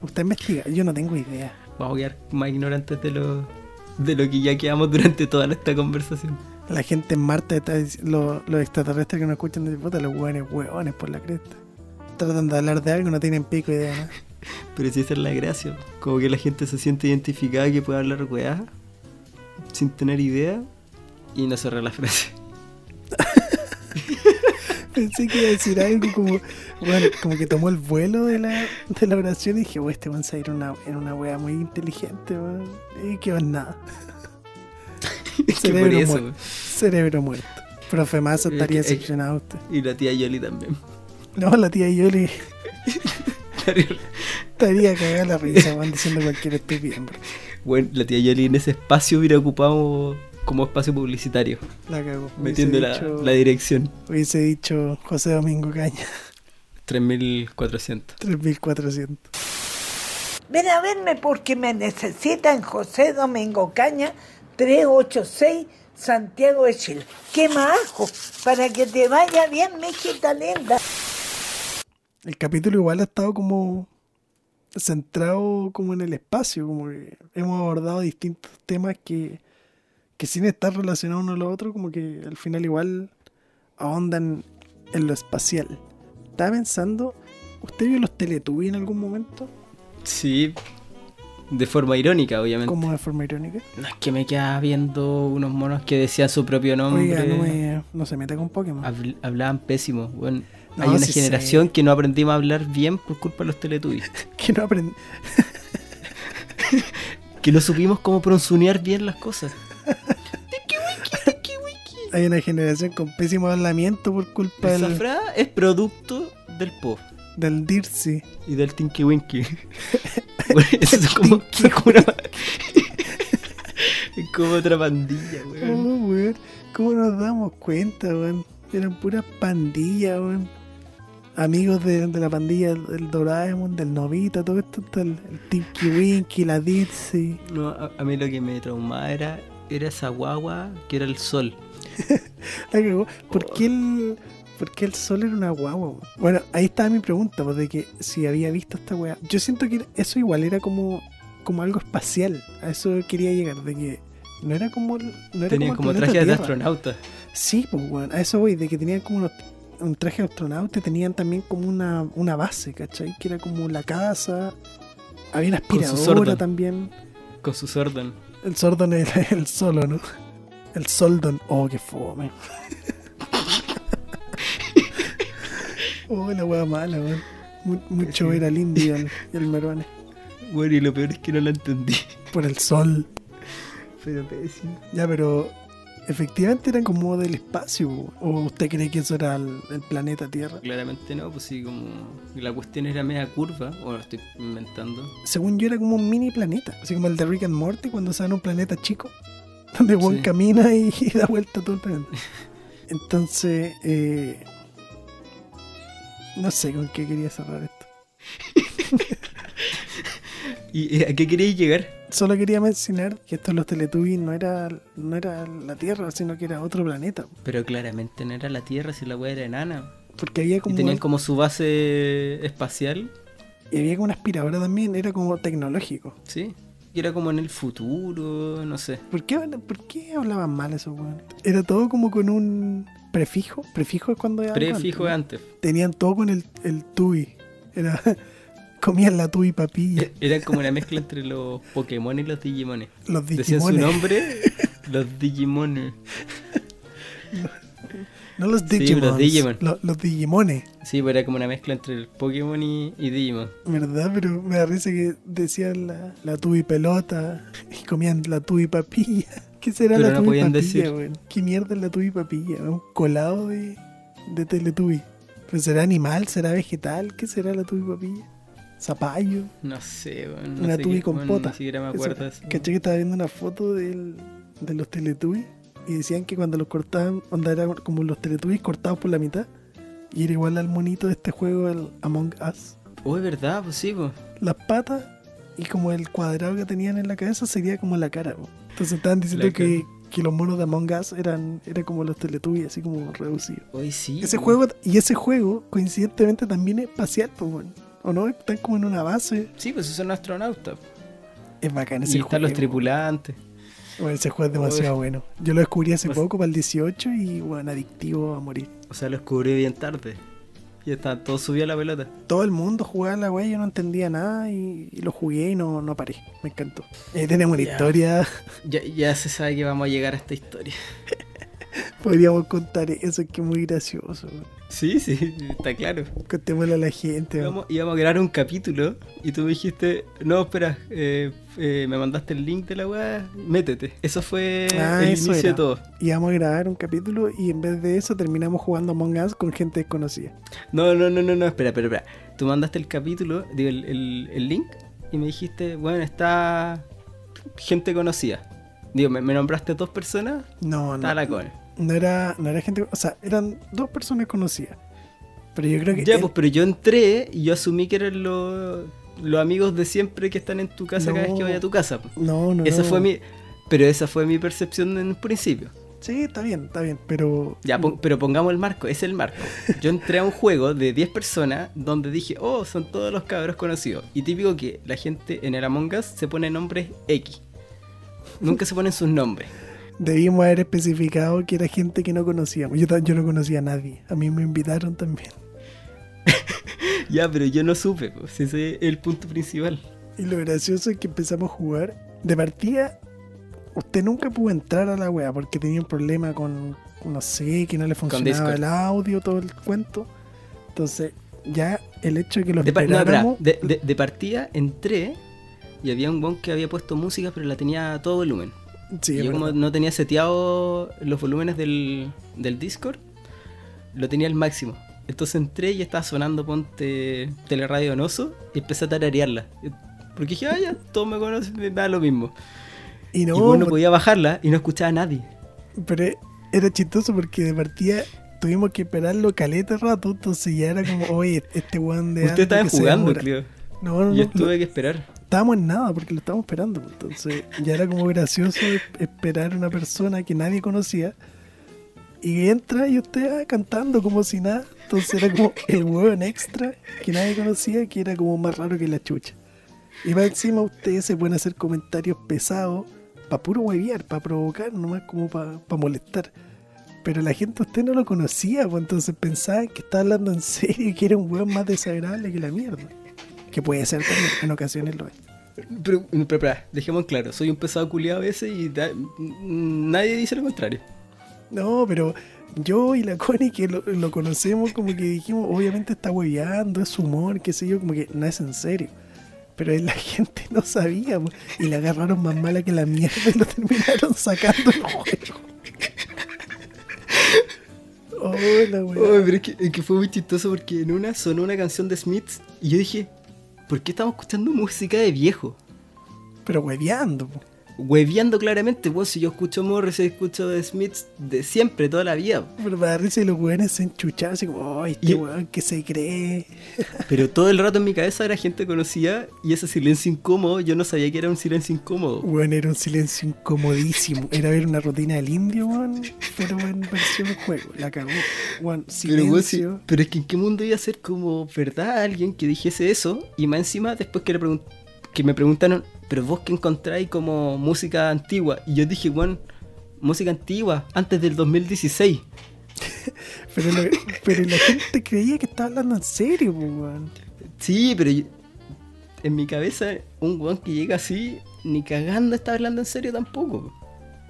Speaker 2: Usted investiga. Yo no tengo idea.
Speaker 1: Vamos a quedar más ignorantes de lo, de lo que ya quedamos durante toda esta conversación.
Speaker 2: La gente en Marte, está dic- lo- los extraterrestres que no escuchan, dicen, puta, los hueones, hueones por la cresta. Tratan de hablar de algo, no tienen pico idea, ¿no?
Speaker 1: Pero si esa es la gracia, po. como que la gente se siente identificada que puede hablar weá sin tener idea y no cerrar la frase.
Speaker 2: Pensé que iba a decir algo como, bueno, como que tomó el vuelo de la, de la oración y dije, "Bueno, este weón se va a ir en una, en una wea muy inteligente, weón. Y quedó en nada.
Speaker 1: Es que por
Speaker 2: Cerebro
Speaker 1: eso.
Speaker 2: muerto. Cerebro muerto. Profe Massa
Speaker 1: Eh,
Speaker 2: estaría
Speaker 1: eh.
Speaker 2: decepcionado de usted.
Speaker 1: Y la tía Yoli también.
Speaker 2: No, la tía Yoli estaría cagada la risa, van diciendo cualquier estupidez. hombre.
Speaker 1: Bueno, la tía Yoli en ese espacio hubiera ocupado como espacio publicitario,
Speaker 2: La cagó. Hubiese
Speaker 1: metiendo la,
Speaker 2: dicho-
Speaker 1: la dirección.
Speaker 2: Hubiese dicho José Domingo Caña,
Speaker 1: 3400.
Speaker 2: 3400.
Speaker 8: Ven a verme porque me necesitan José Domingo Caña, 386 Santiago de Chile. Quema ajo para que te vaya bien, mijita linda.
Speaker 2: El capítulo igual ha estado como centrado como en el espacio, como que hemos abordado distintos temas que, que sin estar relacionados uno a lo otro, como que al final igual ahondan en lo espacial. Estaba pensando, ¿usted vio los Teletubbies en algún momento?
Speaker 1: Sí, de forma irónica, obviamente.
Speaker 2: Como de forma irónica.
Speaker 1: No es que me quedaba viendo unos monos que decían su propio nombre.
Speaker 2: Oiga, no, me- no se meta con Pokémon.
Speaker 1: Habl- hablaban pésimo. weón.
Speaker 2: No,
Speaker 1: Hay una
Speaker 2: sí sé.
Speaker 1: generación que no aprendimos a hablar bien por culpa de los Teletubbies.
Speaker 2: Que no aprendí.
Speaker 1: que no supimos cómo pronunciar bien las cosas.
Speaker 2: Hay una generación con pésimo hablamiento por culpa
Speaker 1: Esa
Speaker 2: del,
Speaker 1: frase es producto del pop
Speaker 2: del Dirty.
Speaker 1: y del Tinky Winky. Bueno, eso es como, eso es como una pa- es como otra pandilla, weón.
Speaker 2: Oh, weón. ¿Cómo nos damos cuenta, weón? Eran puras pandillas, weón. Amigos de, de la pandilla del Doraemon, del Novita, todo esto, todo el, el Tinky Winky, la Ditsy.
Speaker 1: No, a, a mí lo que me traumaba era, era esa guagua que era el sol.
Speaker 2: La cagó. ¿Por, qué el, por qué el sol era una guagua? weón? Bueno, ahí estaba mi pregunta, pues, de que si había visto esta weá. Yo siento que eso igual era como, como algo espacial. A eso quería llegar, de que no era como. el- No era
Speaker 1: Tenían
Speaker 2: el
Speaker 1: como
Speaker 2: planeta
Speaker 1: trajes de
Speaker 2: Tierra.
Speaker 1: astronauta.
Speaker 2: Sí, pues, weón, a eso voy, de que tenían como unos- un traje de astronauta y tenían también como una, una base, ¿cachai? Que era como la casa, había una
Speaker 1: Con su
Speaker 2: aspiradora
Speaker 1: sordón.
Speaker 2: también.
Speaker 1: Con su sordón.
Speaker 2: El sordón es el, el solo, ¿no? El soldón, oh, qué fome. oh, la wea mala, weón. Mu- Mucho era el indio y el, y el Meruane.
Speaker 1: Bueno, y lo peor es que no la entendí.
Speaker 2: Por el sol.
Speaker 1: Pero pésimo.
Speaker 2: Ya, pero efectivamente eran como del espacio, weón. ¿o usted cree que eso era el- el planeta Tierra?
Speaker 1: Claramente no, pues sí, como la cuestión era media curva, o lo estoy inventando.
Speaker 2: según yo era como un mini planeta, así como el de Rick and Morty cuando se van a un planeta chico, donde Wong
Speaker 1: Sí.
Speaker 2: camina y, y da vuelta todo el planeta. Entonces, eh, no sé con qué quería cerrar esto.
Speaker 1: ¿Y eh, a qué queréis llegar?
Speaker 2: Solo quería mencionar que esto de los Teletubbies no era, no era la Tierra, sino que era otro planeta.
Speaker 1: Pero claramente no era la Tierra si la wea era enana.
Speaker 2: Porque había
Speaker 1: Y
Speaker 2: como,
Speaker 1: tenían como su base espacial,
Speaker 2: y había como una aspiradora también, era como tecnológico.
Speaker 1: ¿sí? Y era como en el futuro, no sé.
Speaker 2: ¿Por qué, por qué hablaban mal esos weones? Era todo como con un prefijo. Prefijo es cuando... hay algo antes,
Speaker 1: Prefijo
Speaker 2: ¿no?
Speaker 1: antes.
Speaker 2: tenían todo con el, el tui. Era, comían la tui papilla,
Speaker 1: E- Era como una mezcla entre los Pokémon y los Digimones.
Speaker 2: los
Speaker 1: Decían su
Speaker 2: Digimones.
Speaker 1: nombre, los Digimones.
Speaker 2: No los
Speaker 1: Sí,
Speaker 2: Digimons.
Speaker 1: los Digimon.
Speaker 2: lo- los Digimones.
Speaker 1: Sí, pero era como una mezcla entre el Pokémon y, y Digimon.
Speaker 2: ¿Verdad? Pero me da risa que decían la, la tui pelota y comían la tui papilla. ¿Qué será
Speaker 1: Pero
Speaker 2: la
Speaker 1: no
Speaker 2: tui
Speaker 1: podían
Speaker 2: papilla,
Speaker 1: decir.
Speaker 2: weón? ¿Qué mierda es la tui papilla? Un colado de, de teletubi. ¿Pero será animal? ¿Será vegetal? ¿Qué será la tui papilla? Zapallo.
Speaker 1: No sé, weón. no
Speaker 2: una
Speaker 1: sé
Speaker 2: tubi
Speaker 1: qué-
Speaker 2: con
Speaker 1: weón,
Speaker 2: pota.
Speaker 1: Ni siquiera me
Speaker 2: Eso,
Speaker 1: acuerdo de eso.
Speaker 2: Caché que estaba viendo una foto del- de los teletubbies y decían que cuando los cortaban, onda era como los teletubbies cortados por la mitad. Y era igual al monito de este juego, el Among Us.
Speaker 1: Oh, es verdad, pues sí, pues.
Speaker 2: Las patas y como el cuadrado que tenían en la cabeza sería como la cara. po. Entonces estaban diciendo
Speaker 1: La cara.
Speaker 2: que, que los monos de Among Us eran, eran como los teletubbies, así como reducidos.
Speaker 1: Hoy sí. pues.
Speaker 2: Ese
Speaker 1: po.
Speaker 2: juego, y ese juego coincidentemente también es espacial, pues bueno. ¿O no? Están como en una base.
Speaker 1: Sí, pues son astronautas.
Speaker 2: Es bacán ese
Speaker 1: Y están los
Speaker 2: juego.
Speaker 1: tripulantes.
Speaker 2: Bueno, ese juego es demasiado bueno. Yo lo descubrí
Speaker 1: Pues-
Speaker 2: hace poco para el 18 y bueno, adictivo a morir.
Speaker 1: O sea, los descubrí bien tarde. Y estaban todos subidos a la pelota.
Speaker 2: Todo el mundo jugaba la wea, yo no entendía nada y, y lo jugué y no, no paré. Me encantó. Eh, tenemos una
Speaker 1: Ya.
Speaker 2: historia,
Speaker 1: Ya, ya se sabe que vamos a llegar a esta historia.
Speaker 2: podríamos contar eso, que es muy gracioso. weón.
Speaker 1: Sí, sí, está claro.
Speaker 2: Contémosle a la gente.
Speaker 1: Íbamos, íbamos a grabar un capítulo y tú me dijiste, no, espera, eh, eh, me mandaste el link de la weá, métete. Eso fue
Speaker 2: Ah,
Speaker 1: eh, el
Speaker 2: eso
Speaker 1: inicio de
Speaker 2: era.
Speaker 1: todo.
Speaker 2: Íbamos a grabar un capítulo y en vez de eso terminamos jugando Among Us con gente desconocida.
Speaker 1: No, no, no, no, no, espera, espera, espera. Tú mandaste el capítulo, digo, el, el- el link, y me dijiste, bueno, está gente conocida. Digo, me, me nombraste dos personas,
Speaker 2: No, no.
Speaker 1: está la con.
Speaker 2: No era, no era gente. O sea, eran dos personas conocidas. Pero yo creo que.
Speaker 1: Ya,
Speaker 2: él-
Speaker 1: pues, pero yo entré y yo asumí que eran los, los amigos de siempre que están en tu casa cada vez que
Speaker 2: No.
Speaker 1: voy a tu casa. pues.
Speaker 2: no, no.
Speaker 1: Esa
Speaker 2: no.
Speaker 1: fue mi... Pero esa fue mi percepción en un principio.
Speaker 2: Sí, está bien, está bien. Pero.
Speaker 1: Ya, pon- pero pongamos el marco, es el marco. Yo entré a un juego de 10 personas donde dije, oh, son todos los cabros conocidos. Y típico que la gente en el Among Us se pone nombres X. Nunca se ponen sus nombres.
Speaker 2: Debimos haber especificado que era gente que no conocíamos. Yo, ta- yo no conocía a nadie. A mí me invitaron también.
Speaker 1: Ya, pero yo no supe, pues, ese es el punto principal.
Speaker 2: Y lo gracioso es que empezamos a jugar. De partida, usted nunca pudo entrar a la wea porque tenía un problema con, no sé, que no le funcionaba
Speaker 1: Discord.
Speaker 2: el audio, todo el cuento. Entonces, ya el hecho de que lo
Speaker 1: De, par- no, espera,
Speaker 2: esperáramos...
Speaker 1: de- de- de partida entré y había un bon que había puesto música, pero la tenía a todo volumen.
Speaker 2: Sí,
Speaker 1: Y
Speaker 2: es
Speaker 1: yo como
Speaker 2: verdad.
Speaker 1: no tenía seteado los volúmenes del, del Discord, lo tenía al máximo. Entonces entré y estaba sonando Ponte Teleradio Donoso y empecé a tararearla. Porque dije, ah, ya, todos me conocen, me da lo mismo.
Speaker 2: Y no,
Speaker 1: y bueno, podía bajarla y no escuchaba a nadie.
Speaker 2: pero era chistoso porque de partida tuvimos que esperarlo caleta rato, entonces ya era como, oye, este weón de
Speaker 1: Usted
Speaker 2: antes
Speaker 1: estaba
Speaker 2: que se
Speaker 1: jugando,
Speaker 2: demora".
Speaker 1: creo.
Speaker 2: No, no,
Speaker 1: Yo
Speaker 2: no,
Speaker 1: tuve que esperar.
Speaker 2: estábamos en nada porque lo estábamos esperando. pues, Entonces ya era como gracioso es- esperar a una persona que nadie conocía y entra y usted ah, cantando como si nada. Entonces era como el hueón extra que nadie conocía que era como más raro que la chucha. Y más encima ustedes se pueden hacer comentarios pesados para puro hueviar, para provocar, nomás como para molestar. Pero la gente a usted no lo conocía, pues entonces pensaban que estaba hablando en serio y que era un hueón más desagradable que la mierda. Que puede ser también, en ocasiones lo es.
Speaker 1: Pero, pero, pero, dejemos en claro, soy un pesado culiado a veces y da- nadie dice lo contrario.
Speaker 2: No, pero yo y la Connie que lo, lo conocemos, como que dijimos, obviamente está hueveando, es humor, qué sé yo, como que no es en serio. Pero ahí la gente no sabía po, y la agarraron más mala que la mierda y lo terminaron sacando del juego. Hola,
Speaker 1: Oye,
Speaker 2: weón.
Speaker 1: Oh, pero es que, es que fue muy chistoso porque en una sonó una canción de Smiths y yo dije, ¿por qué estamos escuchando música de viejo?
Speaker 2: Pero hueveando. po.
Speaker 1: Hueveando claramente, bueno, si yo escucho Morris, escucho de Smiths de siempre, toda la vida.
Speaker 2: Pero para risa y los weones se enchucharon, así como, ¡ay, este
Speaker 1: Y-
Speaker 2: weón que se cree!
Speaker 1: Pero todo el rato en mi cabeza era gente conocida y ese silencio incómodo, yo no sabía que era un silencio incómodo.
Speaker 2: Weón, era un silencio incomodísimo. Era ver una rutina del indio, weón. Pero en versión juego. La cagó.
Speaker 1: Pero,
Speaker 2: Weón,
Speaker 1: weón, si-
Speaker 2: silencio.
Speaker 1: pero es que en qué mundo iba a ser como verdad alguien que dijese eso y más encima después que, le pregun- que me preguntaron, pero vos qué encontráis como música antigua y yo dije, bueno, música antigua, antes del 2016.
Speaker 2: Pero, lo- pero la gente creía que estaba hablando en serio, po, weón.
Speaker 1: Sí, pero yo- en mi cabeza un weón que llega así, ni cagando está hablando en serio tampoco.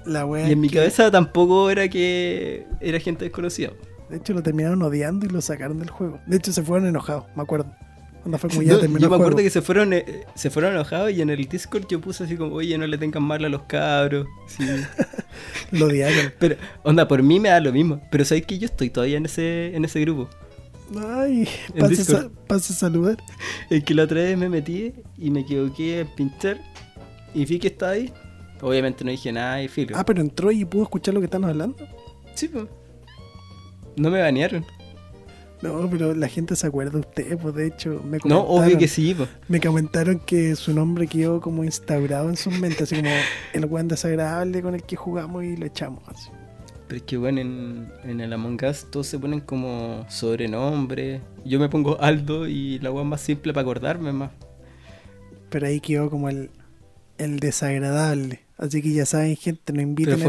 Speaker 2: La weá.
Speaker 1: Y en mi
Speaker 2: que-
Speaker 1: cabeza tampoco era que era gente desconocida.
Speaker 2: De hecho, lo terminaron odiando y lo sacaron del juego. De hecho, se fueron enojados, me acuerdo. Cuando fue como ya
Speaker 1: yo, yo me
Speaker 2: terminó el
Speaker 1: acuerdo
Speaker 2: juego.
Speaker 1: que se fueron eh, se fueron enojados y en el Discord yo puse así como, oye, no le tengan mal a los cabros. Sí.
Speaker 2: Lo odiaron.
Speaker 1: pero, onda, por mí me da lo mismo. Pero sabéis que yo estoy todavía en ese, en ese grupo.
Speaker 2: Ay,
Speaker 1: En
Speaker 2: pase, sa-
Speaker 1: Discord.
Speaker 2: pase a saludar.
Speaker 1: El que la otra vez me metí y me equivoqué en pinchar y vi que estaba ahí. Obviamente no dije nada y filo.
Speaker 2: Ah, pero entró y pudo escuchar lo que estaban hablando.
Speaker 1: Sí, po. No me banearon.
Speaker 2: No, pero la gente se acuerda de usted, pues de hecho me
Speaker 1: No, obvio que
Speaker 2: comentaron.
Speaker 1: sí, po.
Speaker 2: Me comentaron que su nombre quedó como instaurado en sus mentes, así como el weón desagradable con el que jugamos y lo echamos. así.
Speaker 1: Pero es que, bueno, en, en el Among Us todos se ponen como sobrenombres. Yo me pongo Aldo y la weá más simple para acordarme más.
Speaker 2: Pero ahí quedó como el, el desagradable. Así que ya saben, gente, no
Speaker 1: Pero
Speaker 2: inviten, a este,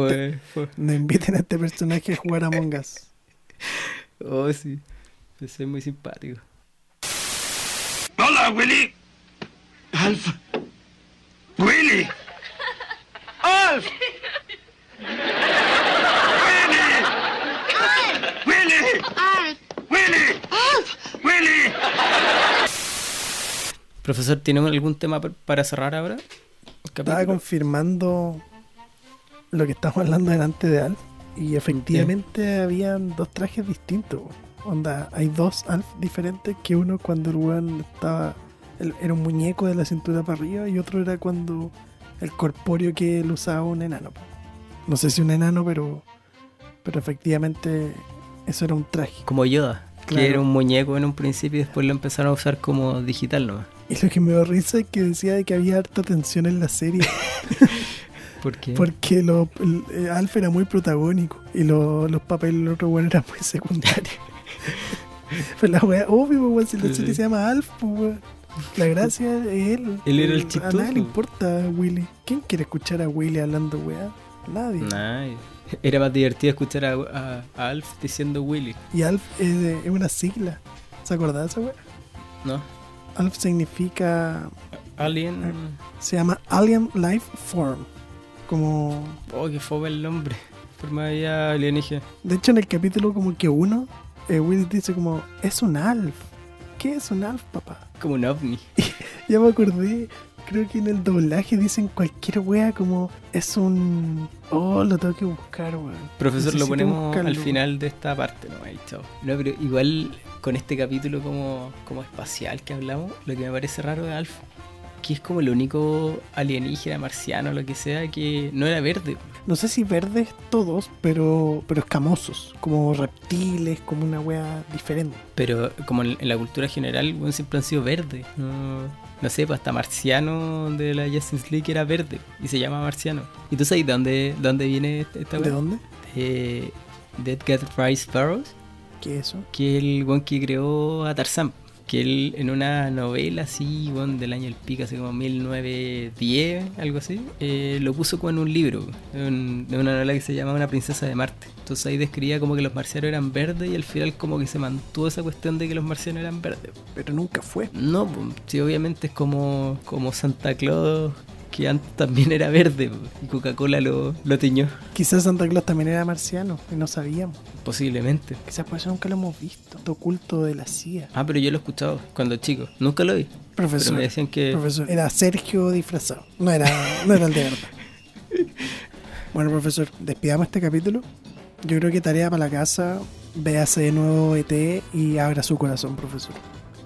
Speaker 1: fue, fue.
Speaker 2: no inviten a este personaje a jugar a Among Us.
Speaker 1: Oh, sí. Ese es muy simpático.
Speaker 3: ¡Hola, Willy! ¡Alf! ¡Willy! ¡Alf! ¡Willy! ¡Willy!
Speaker 5: Alf,
Speaker 3: ¡Willy!
Speaker 1: Profesor, ¿tiene algún tema pa- para cerrar ahora?
Speaker 2: Estaba
Speaker 1: Capítulo.
Speaker 2: confirmando lo que estábamos hablando delante de Alf. Y efectivamente habían dos trajes distintos. Onda, hay dos Alf diferentes que uno cuando el weón estaba. el- era un muñeco de la cintura para arriba y otro era cuando el corpóreo que él usaba un enano. po. No sé si un enano, pero. Pero efectivamente eso era un traje.
Speaker 1: Como Yoda,
Speaker 2: Claro.
Speaker 1: que era un muñeco en un principio y después lo empezaron a usar como digital nomás.
Speaker 2: Y lo que me dio risa es que decía de que había harta tensión en la serie.
Speaker 1: Porque
Speaker 2: Porque lo, el- eh, Alf era muy protagónico y lo- los papeles del otro weón eran muy secundarios. Pero la wea, obvio, pues, weón, si la
Speaker 1: Sí.
Speaker 2: serie se llama Alf, pues, weón. La gracia es él.
Speaker 1: Él era el
Speaker 2: A
Speaker 1: chistoso.
Speaker 2: nadie le importa Willy. ¿Quién quiere escuchar a Willy hablando weá? Nadie.
Speaker 1: Nah, era más divertido escuchar a, a- a Alf diciendo Willy,
Speaker 2: Y Alf es, de- es una sigla. ¿Se acordás de esa wea?
Speaker 1: ¿no?
Speaker 2: Alf significa.
Speaker 1: Alien.
Speaker 2: Se llama Alien Life Form. Como
Speaker 1: Oh, que fue el nombre. Forma de vida alienígena.
Speaker 2: De hecho, en el capítulo como que uno, eh, Will dice como, es un alf. ¿Qué es un alf, papá?
Speaker 1: Como un ovni.
Speaker 2: Ya me acordé, creo que en el doblaje dicen cualquier wea como, es un... Oh, lo tengo que buscar, weón.
Speaker 1: Profesor,
Speaker 2: Necesito
Speaker 1: lo ponemos
Speaker 2: buscarlo.
Speaker 1: al final de esta parte, ¿no? Ahí, chao. No, pero igual con este capítulo como, como espacial que hablamos, lo que me parece raro de Alf, que es como el único alienígena, marciano, lo que sea, que no era verde.
Speaker 2: No sé si verdes todos, pero, pero escamosos, como reptiles, como una wea diferente.
Speaker 1: Pero como en, en la cultura general, bueno, siempre han sido verdes. No, no sé, pues hasta Marciano de la Justice League era verde y se llama Marciano. ¿Y tú sabes de dónde, de dónde viene esta esta
Speaker 2: ¿De
Speaker 1: weá?
Speaker 2: dónde?
Speaker 1: De, de Edgar Rice Burroughs,
Speaker 2: ¿Qué es eso?
Speaker 1: que es el weón que creó a Tarzán. Que él en una novela así, weón, del año del pico, así como 1910, algo así, eh, lo puso como en un libro, en, en una novela que se llama Una princesa de Marte. Entonces ahí describía como que los marcianos eran verdes y al final como que se mantuvo esa cuestión de que los marcianos eran verdes.
Speaker 2: Pero nunca fue.
Speaker 1: No, po, sí, obviamente es como, como Santa Claus, que antes también era verde, po, y Coca-Cola lo, lo tiñó.
Speaker 2: Quizás Santa Claus también era marciano y no sabíamos.
Speaker 1: Posiblemente.
Speaker 2: Quizás por eso nunca lo hemos visto. Esto oculto de la CIA.
Speaker 1: Ah, pero yo lo he escuchado cuando chico. Nunca lo vi.
Speaker 2: Profesor.
Speaker 1: Pero me decían que.
Speaker 2: Profesor, era Sergio disfrazado. No era, no era el de verdad. Bueno, profesor, despidamos este capítulo. Yo creo que tarea para la casa, véase de nuevo ET y abra su corazón, profesor.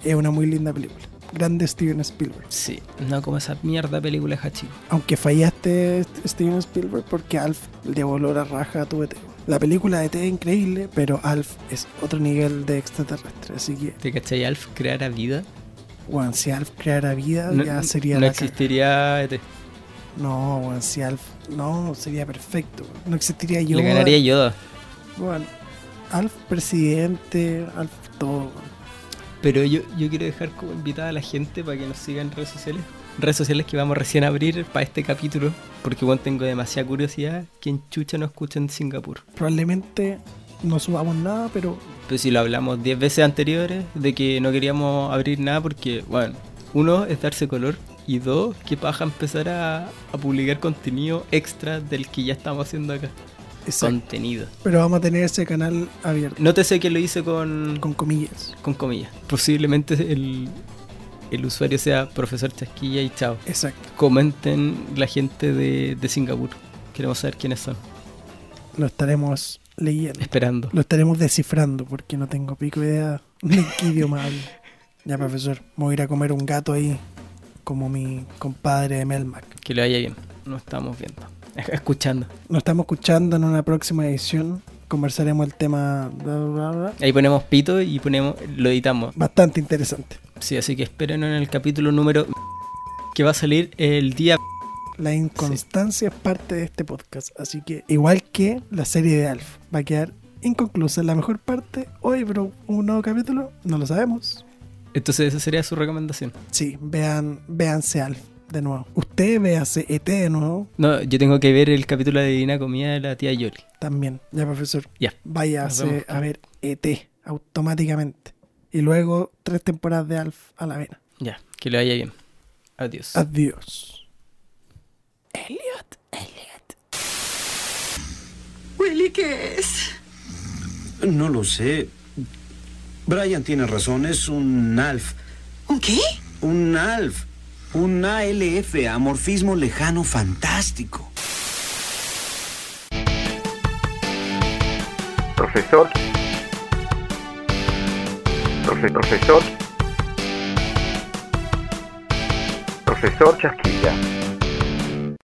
Speaker 2: Es una muy linda película. Grande Steven Spielberg.
Speaker 1: Sí, no como esa mierda película Hachi.
Speaker 2: Aunque fallaste, St- Steven Spielberg, porque Alf le voló la raja a tu ET. La película de ET es increíble, pero Alf es otro nivel de extraterrestre. Así que,
Speaker 1: ¿Te cachai Alf creara vida?
Speaker 2: bueno, si Alf creara vida,
Speaker 1: No,
Speaker 2: Ah, ya sería
Speaker 1: no
Speaker 2: la caga.
Speaker 1: existiría. E ET.
Speaker 2: No, weón, si Alf. No, sería perfecto. weón. No existiría yo.
Speaker 1: Le ganaría Yoda.
Speaker 2: Bueno, Alf presidente, Alf todo. weón.
Speaker 1: Pero yo, yo quiero dejar como invitada a la gente para que nos sigan en redes sociales. Redes sociales que vamos recién a abrir para este capítulo. Porque bueno, tengo demasiada curiosidad. ¿Quién chucha no escucha en Singapur?
Speaker 2: Probablemente no subamos nada, pero
Speaker 1: Pero si lo hablamos 10 veces anteriores, de que no queríamos abrir nada porque, bueno, uno es darse color y dos, que paja empezar a, a publicar contenido extra del que ya estamos haciendo acá.
Speaker 2: exacto.
Speaker 1: Contenido.
Speaker 2: Pero vamos a tener ese canal abierto,
Speaker 1: Nótese que lo hice con, con,
Speaker 2: con comillas.
Speaker 1: comillas. Posiblemente el, el usuario sea profesor Chasquilla y chao.
Speaker 2: Exacto.
Speaker 1: Comenten la gente de, de Singapur. Queremos saber quiénes son.
Speaker 2: Lo estaremos leyendo.
Speaker 1: Esperando.
Speaker 2: Lo estaremos descifrando porque no tengo pico idea de qué idioma hablo. Ya, profesor, me voy a ir a comer un gato ahí, como mi compadre de Melmac.
Speaker 1: Que le vaya bien. Nos estamos viendo. Escuchando.
Speaker 2: Nos estamos escuchando en una próxima edición. Conversaremos el tema bla, bla, bla,
Speaker 1: Ahí ponemos pito y ponemos lo editamos.
Speaker 2: bastante interesante.
Speaker 1: Sí, así que espérenos en el capítulo número que va a salir el día.
Speaker 2: La inconstancia es parte de este podcast, así que igual que la serie de Alf, va a quedar inconclusa la mejor parte hoy, pero un nuevo capítulo no lo sabemos.
Speaker 1: Entonces esa sería su recomendación.
Speaker 2: Sí, vean, véanse Alf de nuevo. Usted véase ET de nuevo
Speaker 1: No, yo tengo que ver el capítulo de Divina Comida de la tía Yoli.
Speaker 2: también. Ya, profesor,
Speaker 1: Ya. Nos
Speaker 2: váyase
Speaker 1: vemos.
Speaker 2: a ver ET automáticamente. Y luego tres temporadas de Alf a la vena.
Speaker 1: Ya, que le vaya bien. Adiós.
Speaker 2: Adiós.
Speaker 4: Willy, ¿qué es?
Speaker 9: No lo sé. Brian tiene razón, es un Alf.
Speaker 4: ¿Un qué?
Speaker 3: Un ALF. Un ALF, amorfismo lejano fantástico.
Speaker 9: Profesor. Profe- profesor. Profesor Chasquilla.